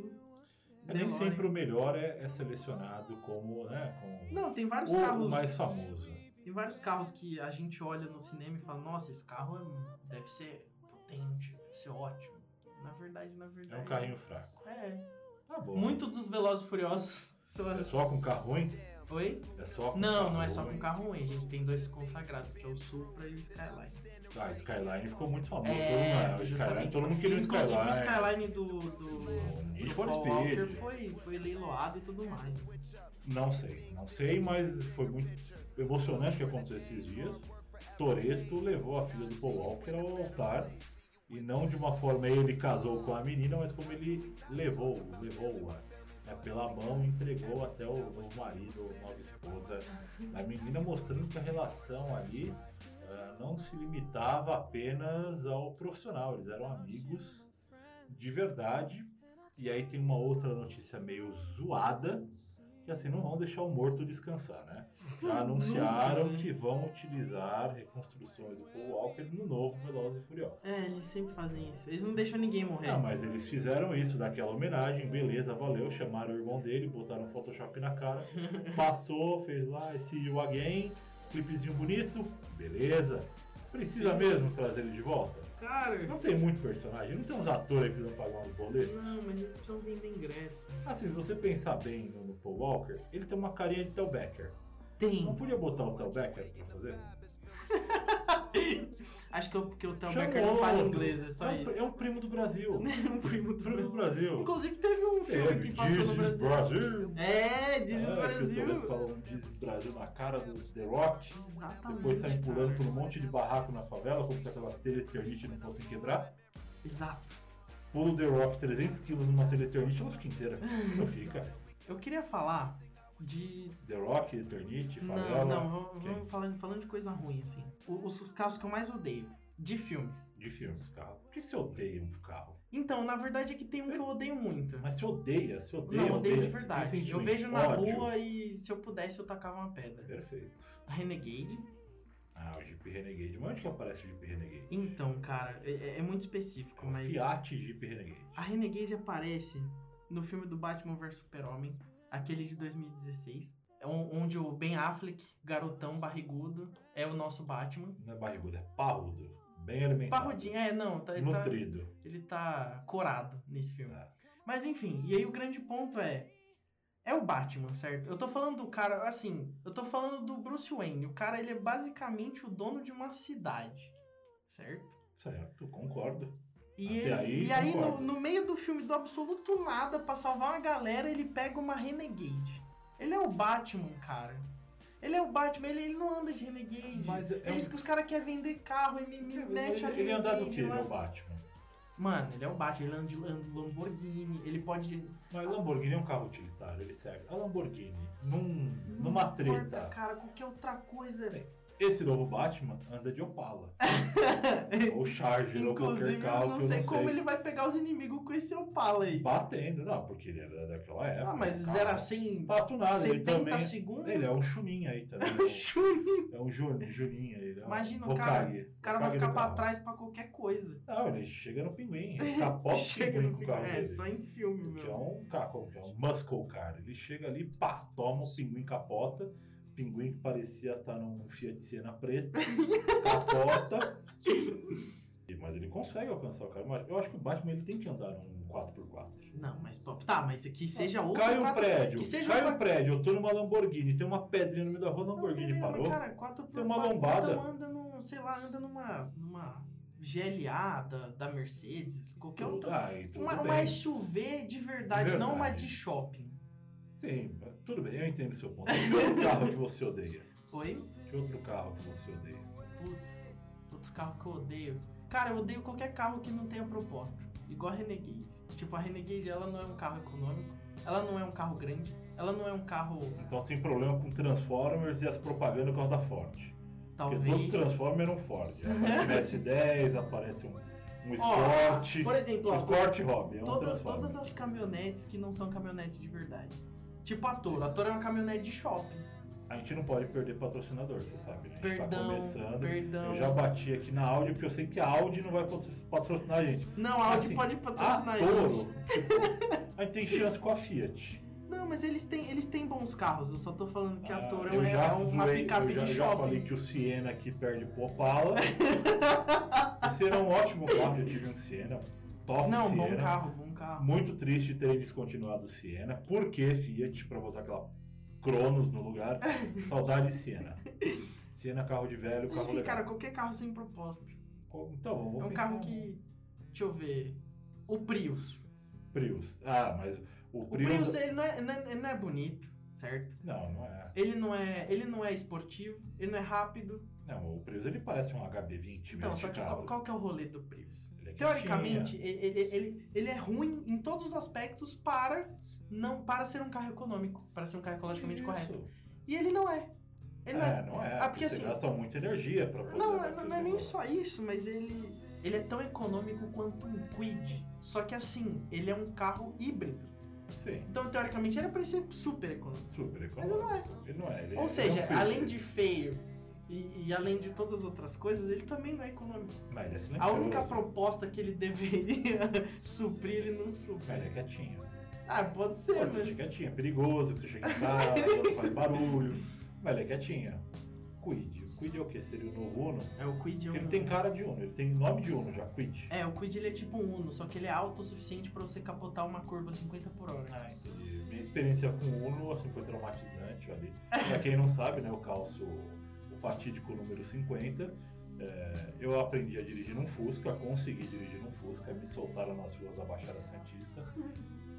É, nem
DeLorean.
sempre o melhor é, é selecionado como, né, como
Não, tem vários
o
carros.
mais famoso.
Tem vários carros que a gente olha no cinema e fala, nossa, esse carro é- deve ser potente, deve ser ótimo. Na verdade, na
É
verdade.
um carrinho fraco.
É.
Tá bom.
Muito dos Velozes e Furiosos são
É
as...
só com carro ruim?
Oi?
É só com
Não,
carro
não é só com
ruim?
carro ruim, gente. Tem dois consagrados, que é o Supra e o Skyline.
Ah, Skyline ficou muito famoso.
É,
todo mundo, o Skyline,
justamente.
todo mundo queria o
Inclusive
Skyline.
o Skyline do... do...
Need
do
for
Paul
Speed.
Walker foi, foi leiloado e tudo mais.
Não sei, não sei, mas foi muito emocionante o que aconteceu esses dias. Toreto levou a filha do Paul Walker ao altar. E não de uma forma ele casou com a menina, mas como ele levou, levou-a né, pela mão e entregou até o novo marido, a nova esposa da menina, mostrando que a relação ali ah, não se limitava apenas ao profissional, eles eram amigos de verdade. E aí tem uma outra notícia meio zoada, que assim, não vão deixar o morto descansar, né? Já anunciaram que vão utilizar reconstruções do Paul Walker no novo Velozes e Furiosos.
É, eles sempre fazem isso. Eles não deixam ninguém morrer.
Ah, mas eles fizeram isso, daquela homenagem, beleza, valeu, chamaram o irmão dele, botaram um Photoshop na cara, passou, fez lá esse You Again, clipezinho bonito, beleza. Precisa mesmo trazer ele de volta?
Cara...
Não tem muito personagem, não tem uns atores aí que precisam pagar uns boletos.
Não, mas eles precisam vender ingresso.
Assim, se você pensar bem no, no Paul Walker, ele tem uma carinha de Tel Becker.
Tem.
Não podia botar o Tel Becker pra fazer?
Acho que, eu, que o Tom
Chama
Becker não fala
outro.
inglês, é só
é um,
isso.
É um primo do Brasil.
um primo do
primo do
Brasil.
Brasil.
Inclusive teve um filme
Teve
que passou
É, This
no
is
Brasil.
Brasil.
É,
Ah,
dizes
que o Toledo
Brasil.
falando Dizes Brasil na cara do The Rock.
Exatamente.
Depois saem pulando
cara.
por um monte de barraco na favela, como se aquelas teleternite não fossem quebrar.
Exato.
Pula o The Rock 300 quilos numa teleternite, ela fica inteira. Não fica.
Eu queria falar de.
The Rock, Eternite, favela.
Não, não, vamos,
Quem?
vamos falando, falando de coisa ruim, assim. O- Os, os carros que eu mais odeio. De filmes.
De filmes, carro. Por que você odeia um carro?
Então, na verdade é que tem um que eu odeio muito.
Mas você odeia, você odeia,
não, eu
odeia.
odeio de
você tem
verdade. Eu
sentimento,
vejo na
ódio.
rua e se eu pudesse eu tacava uma pedra.
Perfeito.
A Renegade.
Ah, o Jeep Renegade. Mas onde que aparece o Jeep Renegade?
Então, cara, é, é muito
É
específico,
um
mas.
Fiat Jeep Renegade.
A Renegade aparece no filme do Batman vs Super-Homem, aquele de 2016, é on- onde o Ben Affleck, garotão barrigudo, é o nosso Batman.
Não é barrigudo, é parrudo. Bem alimentado.
Parrudinho, é, não, tá, ele, tá,
Nutrido.
ele tá corado nesse filme.
Tá.
Mas enfim, e aí o grande ponto é. É o Batman, certo? Eu tô falando do cara, assim, eu tô falando do Bruce Wayne. O cara, ele é basicamente o dono de uma cidade, certo?
Certo, concordo.
E,
Até
ele-
aí,
e aí, no,
concordo.
no meio do filme, do absoluto nada, pra salvar uma galera, ele pega uma Renegade. Ele é o Batman, cara. Ele é o Batman, ele, ele não anda de Renegade.
Mas é
Eles,
um-
Os caras querem vender carro e me, me mete a né?
ele, ele
Renegade.
ia andar do que? Ele
lá.
é o Batman.
Mano, ele é o Batman, ele anda de Lam- Lamborghini, ele pode...
Mas Lamborghini é um carro utilitário, ele serve. A Lamborghini, num,
Não
numa
importa,
treta. É,
cara, qualquer outra coisa.
Esse novo Batman anda de Opala. ou Charger, ou qualquer
Inclusive,
carro
eu não
que eu
sei
não
como
sei.
ele vai pegar os inimigos com esse Opala aí.
Batendo, não, porque ele era daquela época.
Ah, mas
o carro
0 a 100 em
Tá tunado, É, ele
70
também.
segundos?
Ele é um chuninho aí também.
Juro.
é um Juninho, Juninho. Ele é um
Imagina o
Hokage.
O cara vai
Hokage
ficar
do
pra
um carro.
trás pra qualquer coisa.
Não, ele chega no pinguim. Ele capota o
Chega
pinguim
no
com o carro
É,
dele.
só em filme,
Porque é
meu.
um cara, como que é? Um muscle car. Ele chega ali, pá, toma o pinguim capota. Pinguim que parecia estar num Fiat Siena preto, capota. E- Mas ele consegue alcançar o cara. Mas eu acho que o Batman ele tem que andar num 4x4.
Não, mas pô, tá, mas aqui seja outro.
Cai um
quatro-
prédio,
que seja
cai
um
um prédio, eu tô numa Lamborghini, tem uma pedrinha no meio da rua, a
Não,
Lamborghini
beleza,
parou.
Cara, 4 por
Tem uma
4,
lombada.
Então anda num, sei lá, anda numa. numa GLA da, da Mercedes, qualquer outra.
Ah, e tudo
um Uma,
bem.
uma SUV de verdade, não uma
Verdade.
de shopping.
Sim, tudo bem, eu entendo seu ponto. Que outro carro que você odeia?
Oi?
Que outro carro que você odeia?
Putz, outro carro que eu odeio. Cara, eu odeio qualquer carro que não tenha proposta. Igual a Renegade. Tipo, a Renegade, ela não é um carro econômico, ela não é um carro grande, ela não é um carro,
Então sem problema com Transformers e as propagandas por causa da Ford. Porque todo
talvez...
Transformer é um Ford. Aparece um S10, aparece um, um
Ó,
Escort.
por exemplo,
um
ó,
Escort Hobby, é um
todas,
Transformer.
todas as caminhonetes que não são caminhonetes de verdade. Tipo a Toro. A Toro é uma caminhonete de shopping.
A gente não pode perder patrocinador, você sabe, né? A gente tá
Perdão,
começando.
perdão.
Eu já bati aqui na Audi, porque eu sei que a Audi não vai patrocinar a gente.
Não, a Audi
Assim,
pode patrocinar
a
eles.
Toro, a gente tem chance com a Fiat.
Não, mas eles têm, eles têm bons carros. Eu só tô falando que a
Ah,
Toro
eu
é,
já
é uma
zoei,
picape
eu já,
de
já falei
shopping.
que o Siena aqui perde pro Opala. Esse era um ótimo carro, eu tive um Siena, top
Não,
Siena.
bom carro, bom carro.
Muito triste terem descontinuado o Siena. Por que Fiat? Pra botar aquela Cronos no lugar. Saudade Siena. Siena, carro de velho,
Mas
carro
enfim,
legal.
cara, qualquer carro sem proposta.
Co- Então, eu vou
É um
pensar
carro
no
que. Deixa eu ver. O Prius.
Prius. Ah, mas o
O Prius,
Prius...
ele, não é, não é- ele não é bonito, certo?
Não, não é.
Ele não é, ele não é esportivo, ele não é rápido.
Não, o Prius ele parece um HB20
Então, só que
esticado.
qual, qual que é o rolê do Prius?
Ele é
Teoricamente, ele, ele, ele, ele é ruim em todos os aspectos para não para ser um carro econômico, para ser um carro ecologicamente correto. E ele não é. Ele não é.
é, não é.
Ah,
porque
porque
você
assim-
gasta muita energia pra poder...
Não,
dar
não,
aquele
não é nem
negócio.
só isso, mas ele, ele é tão econômico quanto um Quid. Só que assim, ele é um carro híbrido.
Sim,
Então, teoricamente, era pra ele ser super econômico.
super
Mas ele
econômico.
não é.
Ele não é. ele- ele é
Ou
um
seja,
Prius.
além de feio e, e além de todas as outras coisas, ele também não é econômico.
Mas ele é
A
silencioso.
única proposta que ele deveria suprir, ele não supre.
Mas ele é quietinho.
Ah, pode ser,
Pô, ele é
mas.
quietinho. É perigoso, que você chega em casa, faz barulho. Mas ele é quietinho. Quid. O Quid é o quê? Seria o novo Uno?
É, o Quid é um...
Porque ele tem cara de Uno. Ele tem nome de Uno já, Quid.
É, o Quid ele é tipo um Uno, só que ele é alto o suficiente pra você capotar uma curva 50 por hora.
Ah, entendi. Minha experiência com o Uno assim, foi traumatizante ali. Pra quem não sabe, né, eu calço o fatídico número 50. É, eu aprendi a dirigir num Fusca, consegui dirigir num Fusca, me soltaram nas ruas da Baixada Santista.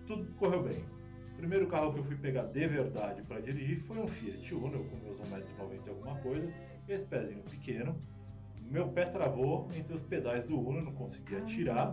Tudo correu bem. O primeiro carro que eu fui pegar de verdade pra dirigir foi um Fiat Uno, eu com meus 1,90m e alguma coisa, esse pezinho pequeno. Meu pé travou entre os pedais do Uno, eu não conseguia
Caramba.
tirar.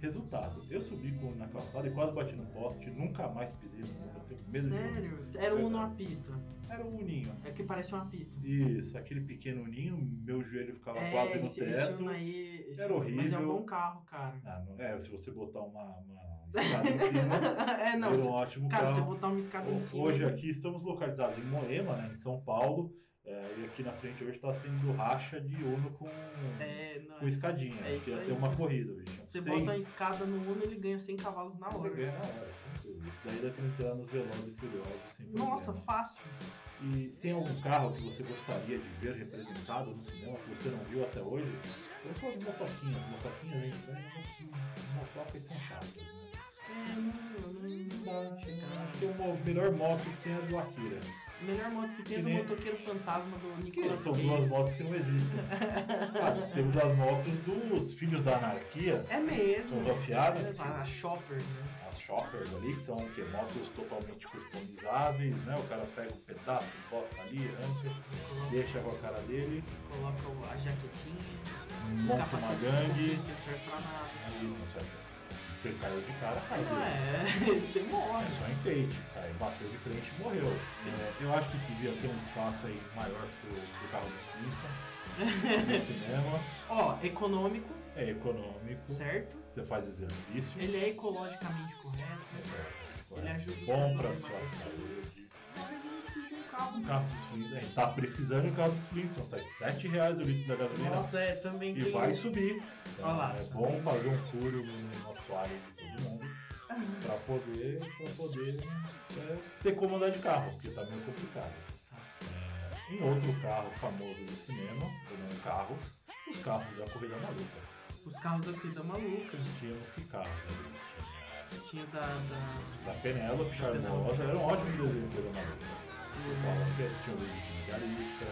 Resultado, eu subi com o Uno na calçada e quase bati no poste, nunca mais pisei no Uno, eu tenho medo de Uno.
Sério? Era um Uno apito.
Era o Uninho.
É que parece um apito.
Isso, aquele pequeno Uninho, meu joelho ficava
é,
quase no
esse, esse
teto.
Uno aí. esse-
Era
Mas é um
horrível.
bom carro, cara.
Ah, não- é, se você botar uma, uma escada em cima,
é, não.
era
se-
um ótimo
cara,
carro.
você botar uma escada em cima. né?
Hoje aqui estamos localizados em Moema, né, em São Paulo, é, e aqui na frente hoje está tendo racha de Uno com,
É, não.
com escadinha.
é isso
que ia
aí.
ter uma corrida hoje.
Você
Seis-
bota uma escada no Uno, ele ganha 100 cavalos na
Você
hora.
ganha na hora. Isso daí dá 30 anos veloz e furioso, sem
Nossa,
problema.
fácil.
E tem algum carro que você gostaria de ver representado no cinema que você não viu até hoje? Eu falo de motoquinhas, motoquinhas, a gente vai- motocas são chatas, né?
É, não, não, não chegar.
Acho que é o melhor moto que tem é a do Akira.
Melhor moto que tem é do
Que nem-
motoqueiro fantasma do
Que é
Nicolas
são
Cage.
duas motos que não existem. Ah, temos as motos dos filhos da anarquia,
É
são
mesmo.
os afiados,
É mesmo, A shopper, né?
as shoppers ali, que são o quê? motos totalmente customizáveis, né? O cara pega um pedaço, bota ali, arranca, deixa com a cara dele,
Coloca o- a jaquetinha, o
monta uma
Hum. capacete de
gangue,
pouquinho, que não serve pra nada.
aí não serve pra- Você caiu de cara, caiu.
Não é, você morre.
É só enfeite, cara. Bateu de frente e morreu. É, eu acho que devia ter um espaço aí maior pro, pro carro dos Flintstones, no cinema.
Ó, econômico,
É econômico,
certo?
você faz exercício.
Ele é ecologicamente
É,
correto. Ele ajuda as
bom
pessoas
pra
a
sua
emagrecer.
saúde.
Talvez eu não precise de um carro.
O carro dos Flintstones, é, tá precisando do carro dos Flintstones, tá R$ 7 reais o litro da gasolina.
Nossa, é, também
né? E
tem
vai
isso.
subir. Então,
Olha lá.
É bom fazer um furo no nosso ar de todo mundo pra poder, pra poder é, ter como andar de carro, porque tá meio complicado. É, em outro carro famoso do cinema, ou não é carros, os carros da Corrida Maluca.
Os carros daqui da maluca.
Tínhamos que carros ali? Tinha
Tinha da. da
Da Penélope, Charmosa, era um ótimo desenho da Corrida Maluca. Tinha o Luigi Vigarista,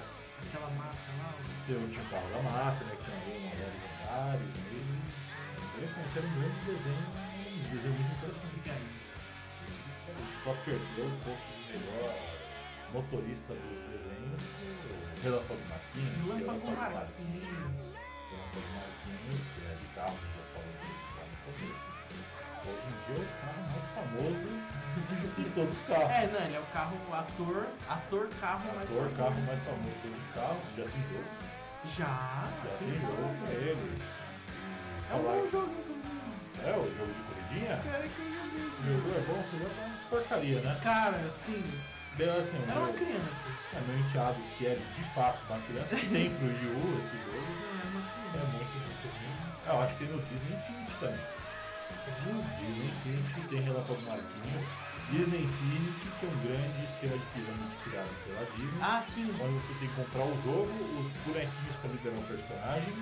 Aquela máfia lá. o-
Tem o Timbal da Máfia, né, que tinha ali uma hora de lugares, né, isso. É interessante, era um grande desenho, um desenho muito interessante.
Fica aí.
O Hitchcock perdeu o posto de melhor motorista dos desenhos pro Relâmpago Marquinhos. que é o
Relâmpago
Otávio
Marquinhos.
Relâmpago Marquinhos, que é de carro, que eu falo dele lá no começo. Hoje em dia é o carro mais famoso de todos os carros.
É, não, ele é o carro ator, ator carro mais
Ator,
famoso.
carro mais famoso de todos os carros, já tem gol,
Já,
já
tem
tem gol pra
carro.
ele.
É um bom jogo, inclusive.
É o jogo de corridinha?
Cara, que eu joguei
O
esse jogo.
jogo é bom, você joga uma porcaria, né?
Cara, assim,
Bem, assim, o
era uma
meu-
criança.
É meu enteado, que é de fato uma criança, tem pro Yu esse jogo.
Não, era uma
É
criança.
muito, muito ruim. Ah, eu acho que tem no Disney Infinity também. Tem no Disney Infinity, tem Relâmpago Marquinhos. Disney Infinity, que é um grande esquema de pirâmide criado pela Disney.
Ah, sim.
Onde você tem que comprar o jogo, os bonequinhos pra liberar o personagem,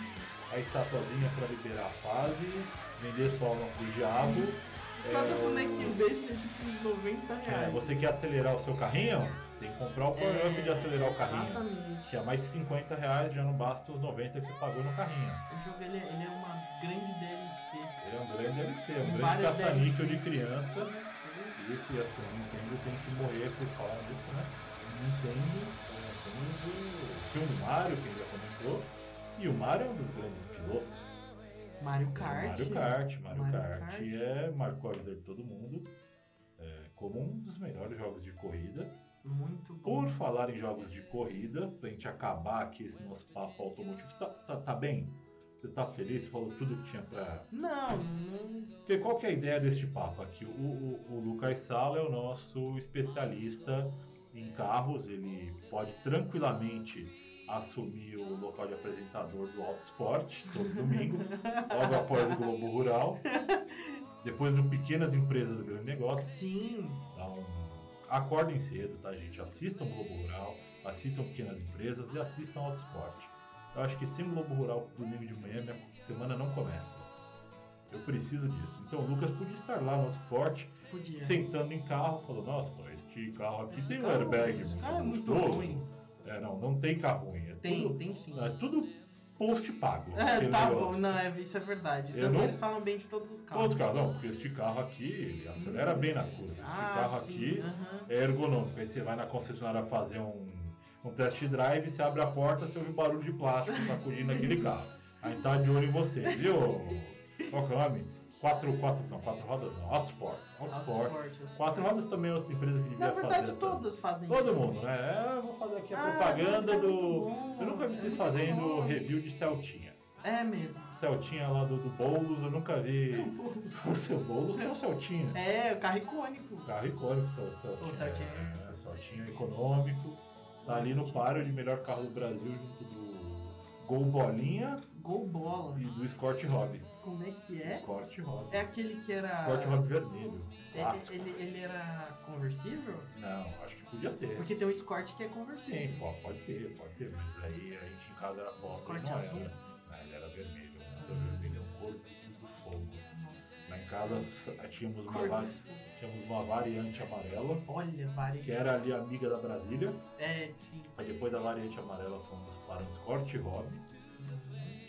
a estatuazinha pra liberar a fase, vender sua alma pro diabo. é,
Cada
o-
bonequinho desse é tipo uns 90 reais.
É, você quer acelerar o seu carrinho? Tem que comprar o power
É,
up de acelerar o carrinho.
Exatamente.
Que a mais 50 reais já não basta os 90 que você pagou no carrinho.
O jogo ele, ele é uma grande DLC.
Ele é um grande DLC, é um
Com
grande
várias
caça-níquel de
DLCs.
criança.
Isso.
Isso e assim, o Nintendo tem que morrer por falar disso, né? O Nintendo é como o filme um Mario, que já comentou. E o Mario é um dos grandes pilotos.
Mario
É,
Kart.
Mario Kart, Mario,
Mario
Kart,
Kart.
é, marcou a vida de todo mundo. é, como um dos melhores jogos de corrida.
Muito bom.
Por falar em jogos de corrida, pra gente acabar aqui esse nosso papo automotivo, você tá, você tá- tá bem? Você tá feliz? Você falou tudo que tinha pra.
Não, não.
Porque qual que é a ideia deste papo aqui? O, o- o Lucas Sala é o nosso especialista em carros, ele pode tranquilamente assumir o local de apresentador do Auto Esporte todo domingo, logo após o Globo Rural, depois do Pequenas Empresas Grande Negócio.
Sim.
Então, acordem cedo, tá, gente? Assistam Globo Rural, assistam Pequenas Empresas e assistam Auto Esporte. Eu acho que sem Globo Rural, domingo de manhã, minha semana não começa. Eu preciso disso. Então, o Lucas podia estar lá no Auto Esporte,
Podia.
sentando em carro, falando: Nossa, Tom, este carro aqui tem um
Cara,
airbag.
esse Cara, é muito
gostoso."
ruim.
É, não, não tem carro ruim. É
Tem,
tudo,
tem sim.
é tudo post pago.
É,
aquele
tá
negócio.
bom, não, é, isso é verdade.
Eu
Tanto
não-
eles falam bem de todos os carros.
Todos os carros, não, porque este carro aqui, ele acelera bem na curva. Este
Ah,
carro
sim.
aqui,
aham.
é ergonômico. Aí você vai na concessionária fazer um, um test drive, você abre a porta, você ouve o barulho de plástico sacudindo aquele carro. Aí tá de olho em vocês, viu? Qual que é o nome? Quatro, quatro, não, quatro rodas não, Autosport. Autosport.
Autosport,
um Quatro rodas também é outra empresa que devia
né? Na verdade,
fazer essa-
todas fazem
Todo
isso.
mundo, né? É, eu vou fazer aqui a
Ah, mas
propaganda
cara, muito
do...
bom.
Eu nunca vi vocês
É muito
fazendo
bom.
review de Celtinha.
É mesmo.
Celtinha lá do, do Boulos, eu nunca vi... O seu Boulos é o Celtinha.
É, o carro icônico.
Carro icônico, Cel- Celtinha.
O Celtinha,
né?
Celtinha.
Celtinha econômico. Tá ali no páreo de melhor carro do Brasil junto do Gol Bolinha
Gol bola.
e do Scott Hobby.
Como é que é?
Scott Hobby.
É aquele que era.
Scott Hobby vermelho. Clássico.
ele, ele, ele era conversível?
Não, acho que podia ter.
Porque tem um Escort que é conversível.
Sim, pô, pode ter, pode ter. Mas aí a gente em casa era pobre.
Scott
não
azul.
Era. Ah, ele era vermelho. né? Ele era vermelho, um cor do fogo. Lá em
Nossa.
casa sa- tínhamos uma,
Cor do
vari-
fogo.
tínhamos uma variante amarela,
Olha, várias.
que é? era ali amiga da Brasília.
É, sim.
Aí depois da variante amarela fomos para um Scott Hobby,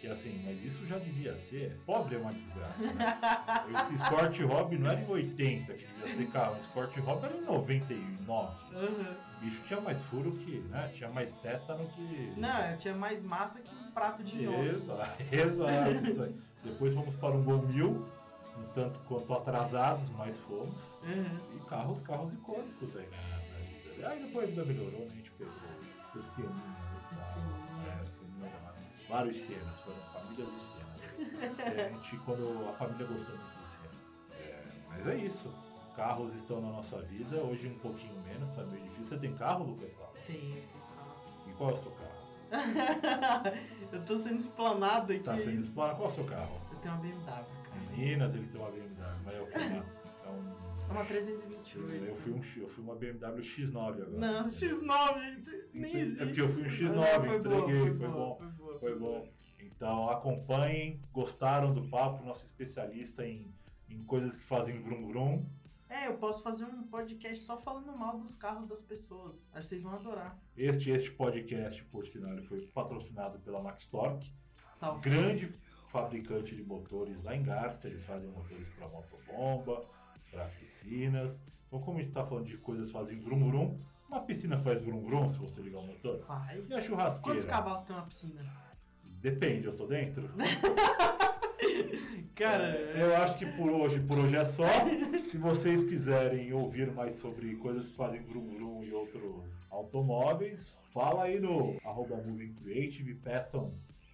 que assim, mas isso já devia ser. Pobre é uma desgraça, né? Esse Scott Hobby não era em 80 que devia ser carro, o Scott Hobby era em 99.
Aham.
O bicho tinha mais furo que. né? Tinha mais tétano que.
Não, eu tinha mais massa que um prato de nhoque.
Exato, exato. Isso aí. Depois fomos para um Gol Mil, um tanto quanto atrasados, mas fomos.
Aham.
E carros, carros icônicos aí na, na vida. Aí depois a vida melhorou, né? A gente pegou o né, Sininho. e tal.
Sininho.
É, Sininho era lá. Vários Sienas, foram famílias de Sienas. É, a gente, quando a família gostou muito do Siena. É, mas é isso. Carros estão na nossa vida, hoje um pouquinho menos, tá meio difícil. Você tem carro, Lucas? Sala?
Tem, tem carro.
E qual é o seu carro?
eu tô sendo explanado aqui.
Tá sendo explorado, qual é o seu carro?
Eu tenho uma BMW, cara.
Meninas, ele tem uma BMW, mas é o que? É um...
É uma
Eu,
328.
eu fui um, X- eu fui uma BMW X9 agora.
Não, X9 nem
Entendi.
existe.
É porque eu fui um X9,
Não, foi boa,
entreguei, foi
boa,
bom,
Foi bom.
Foi bom. Então acompanhem, gostaram do papo, nosso especialista em, em coisas que fazem vrum vrum.
É, eu posso fazer um podcast só falando mal dos carros das pessoas. Acho que vocês vão adorar.
Este, este podcast, por sinal, ele foi patrocinado pela Max Torque,
Talvez.
grande fabricante de motores lá em Garça. Eles fazem motores para motobomba, para piscinas. Então, como a gente está falando de coisas que fazem vrum vrum, uma piscina faz vrum vrum se você ligar o motor.
Faz.
E a
Quantos
churrasqueira?
cavalos tem uma piscina?
Depende, eu tô dentro.
Cara,
É, eu acho que por hoje, por hoje é só. Se vocês quiserem ouvir mais sobre coisas que fazem vrum vrum e outros automóveis, fala aí no arroba Moving Creative, peçam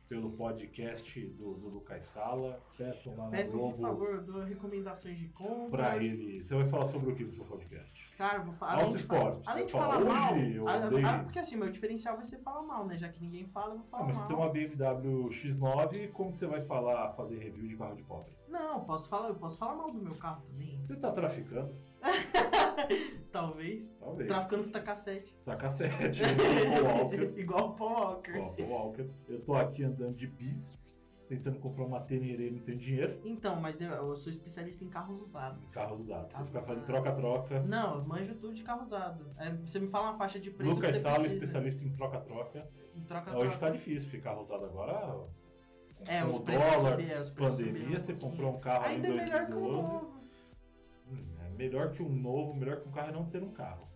pelo podcast do, do Lucas Sala, peçam lá na
peçam, por
Globo
favor, eu dou recomendações de compra.
é, pra ele. Você vai falar sobre o que no seu podcast?
Cara, eu vou falar.
Alto
além de fa-
esporte.
Além de
Você fala,
falar mal.
hoje eu
a- a-
odeio.
a- porque assim, meu diferencial vai ser falar mal, né? Já que ninguém fala, eu vou falar
Ah, mas
mal.
você tem uma BMW X9, como que você vai falar, fazer review de carro de pobre?
Não, eu posso falar, eu posso falar mal do meu carro também. né?
Você tá traficando?
Talvez.
Talvez.
Traficando fita cassete.
Saca sete, ou álcool.
Igual o Paul Walker.
Ó, Paul Walker. Eu tô aqui andando de bis, tentando comprar uma Teneré, não tenho dinheiro.
Então, mas eu, eu sou especialista em carros usados.
Carros usados. Você
Carros
fica fazendo
usados.
troca-troca.
Tá Não, eu manjo tudo de carro usado. É, você me fala uma faixa de preço que
Lucas
você
Sala,
precisa.
especialista em troca-troca.
Em troca
Hoje
troca.
tá difícil, porque carro usado agora.
É,
com
os
o
preços
dólar,
subiram, os preços
pandemia,
subiram
você
um pouquinho.
comprou um carro em
Ainda é melhor que o
2012.
novo.
Hum, é melhor que um novo, melhor que um carro é não ter um carro.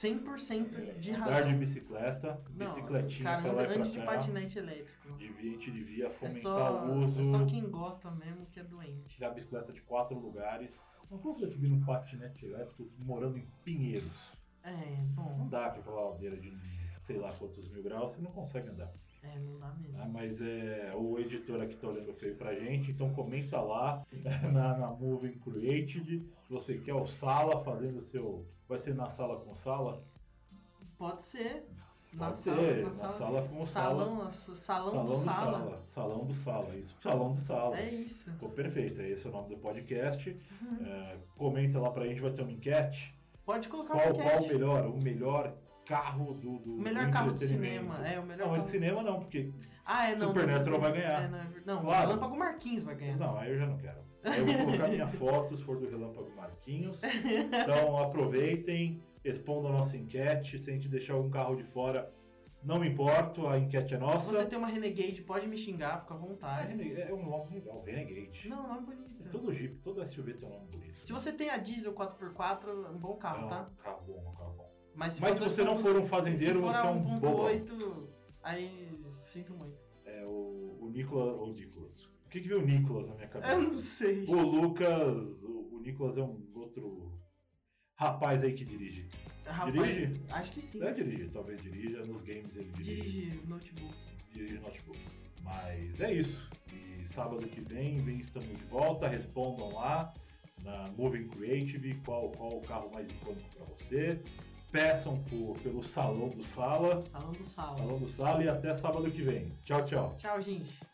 100% de
É,
razão.
Andar de bicicleta, bicicletinha
cara,
pra lá e pra
antes de
cá.
patinete elétrico.
Devia- a gente devia
É
fomentar
só,
o uso
é só quem gosta mesmo que é doente.
da bicicleta de quatro lugares. Não como subir num patinete elétrico morando em Pinheiros.
É,
Não
bom,
dá com aquela ladeira de sei lá quantos mil graus, você não consegue andar.
é, não dá
Ah,
mesmo.
mas é o editor aqui tá olhando feio pra gente, então comenta lá na, na Moving Creative. Se você quer o Sala fazendo o seu. Vai ser na sala com sala?
Pode ser.
Pode ser, na sala, com o sala.
salão, salão, salão do sala.
Salão do sala, isso. Salão do sala.
É Uhum. isso.
Ficou perfeito, é esse o nome do podcast. É, comenta lá pra gente, vai ter uma enquete.
Pode colocar
Qual,
um
qual o
enquete.
melhor? O melhor carro do. do
O melhor
do
carro do
entretenimento.
cinema. É, o melhor
Não,
carro
de
do
cinema não, porque
Ah, é, não.
Supernatural
não,
vai ganhar.
É, não, é ver- não
Claro.
o Relâmpago Marquinhos vai ganhar.
Não, aí eu já não quero. Aí eu vou colocar minha foto, se for do Relâmpago Marquinhos. Então aproveitem, respondam a nossa enquete. Se a gente deixar algum carro de fora, não me importo, a enquete é
Se você
nossa.
tem uma Renegade, pode me xingar, fica à
Ah,
vontade.
Renegade- é um nome legal, Renegade.
Não, nome bonito.
É Todo Jeep, todo SUV tem um nome bonito.
Se você tem a diesel 4x4, é um bom carro,
Não,
tá?
Carro bom, um carro bom.
Mas se,
Mas
for
se você não
2.0,
for um fazendeiro,
se for
você é
a
um bobo.
1.8, aí sinto muito.
É o, o Nicolas. O Nicolas. O que, que veio o Nicolas na minha cabeça?
Eu não sei.
O Lucas. O, o Nicolas é um outro rapaz aí que dirige.
Rapaz,
dirige?
acho que sim.
Não é dirigir, talvez dirija, nos games ele dirige,
Dirige notebook.
dirige notebook. Mas é isso. E sábado que vem, vem estamos de volta, respondam lá na Moving Creative qual, qual o carro mais icônico para você. Peçam por- pelo Salão do Sala,
Salão do salão.
Salão do Sala e até sábado que vem. Tchau, tchau.
Tchau, gente.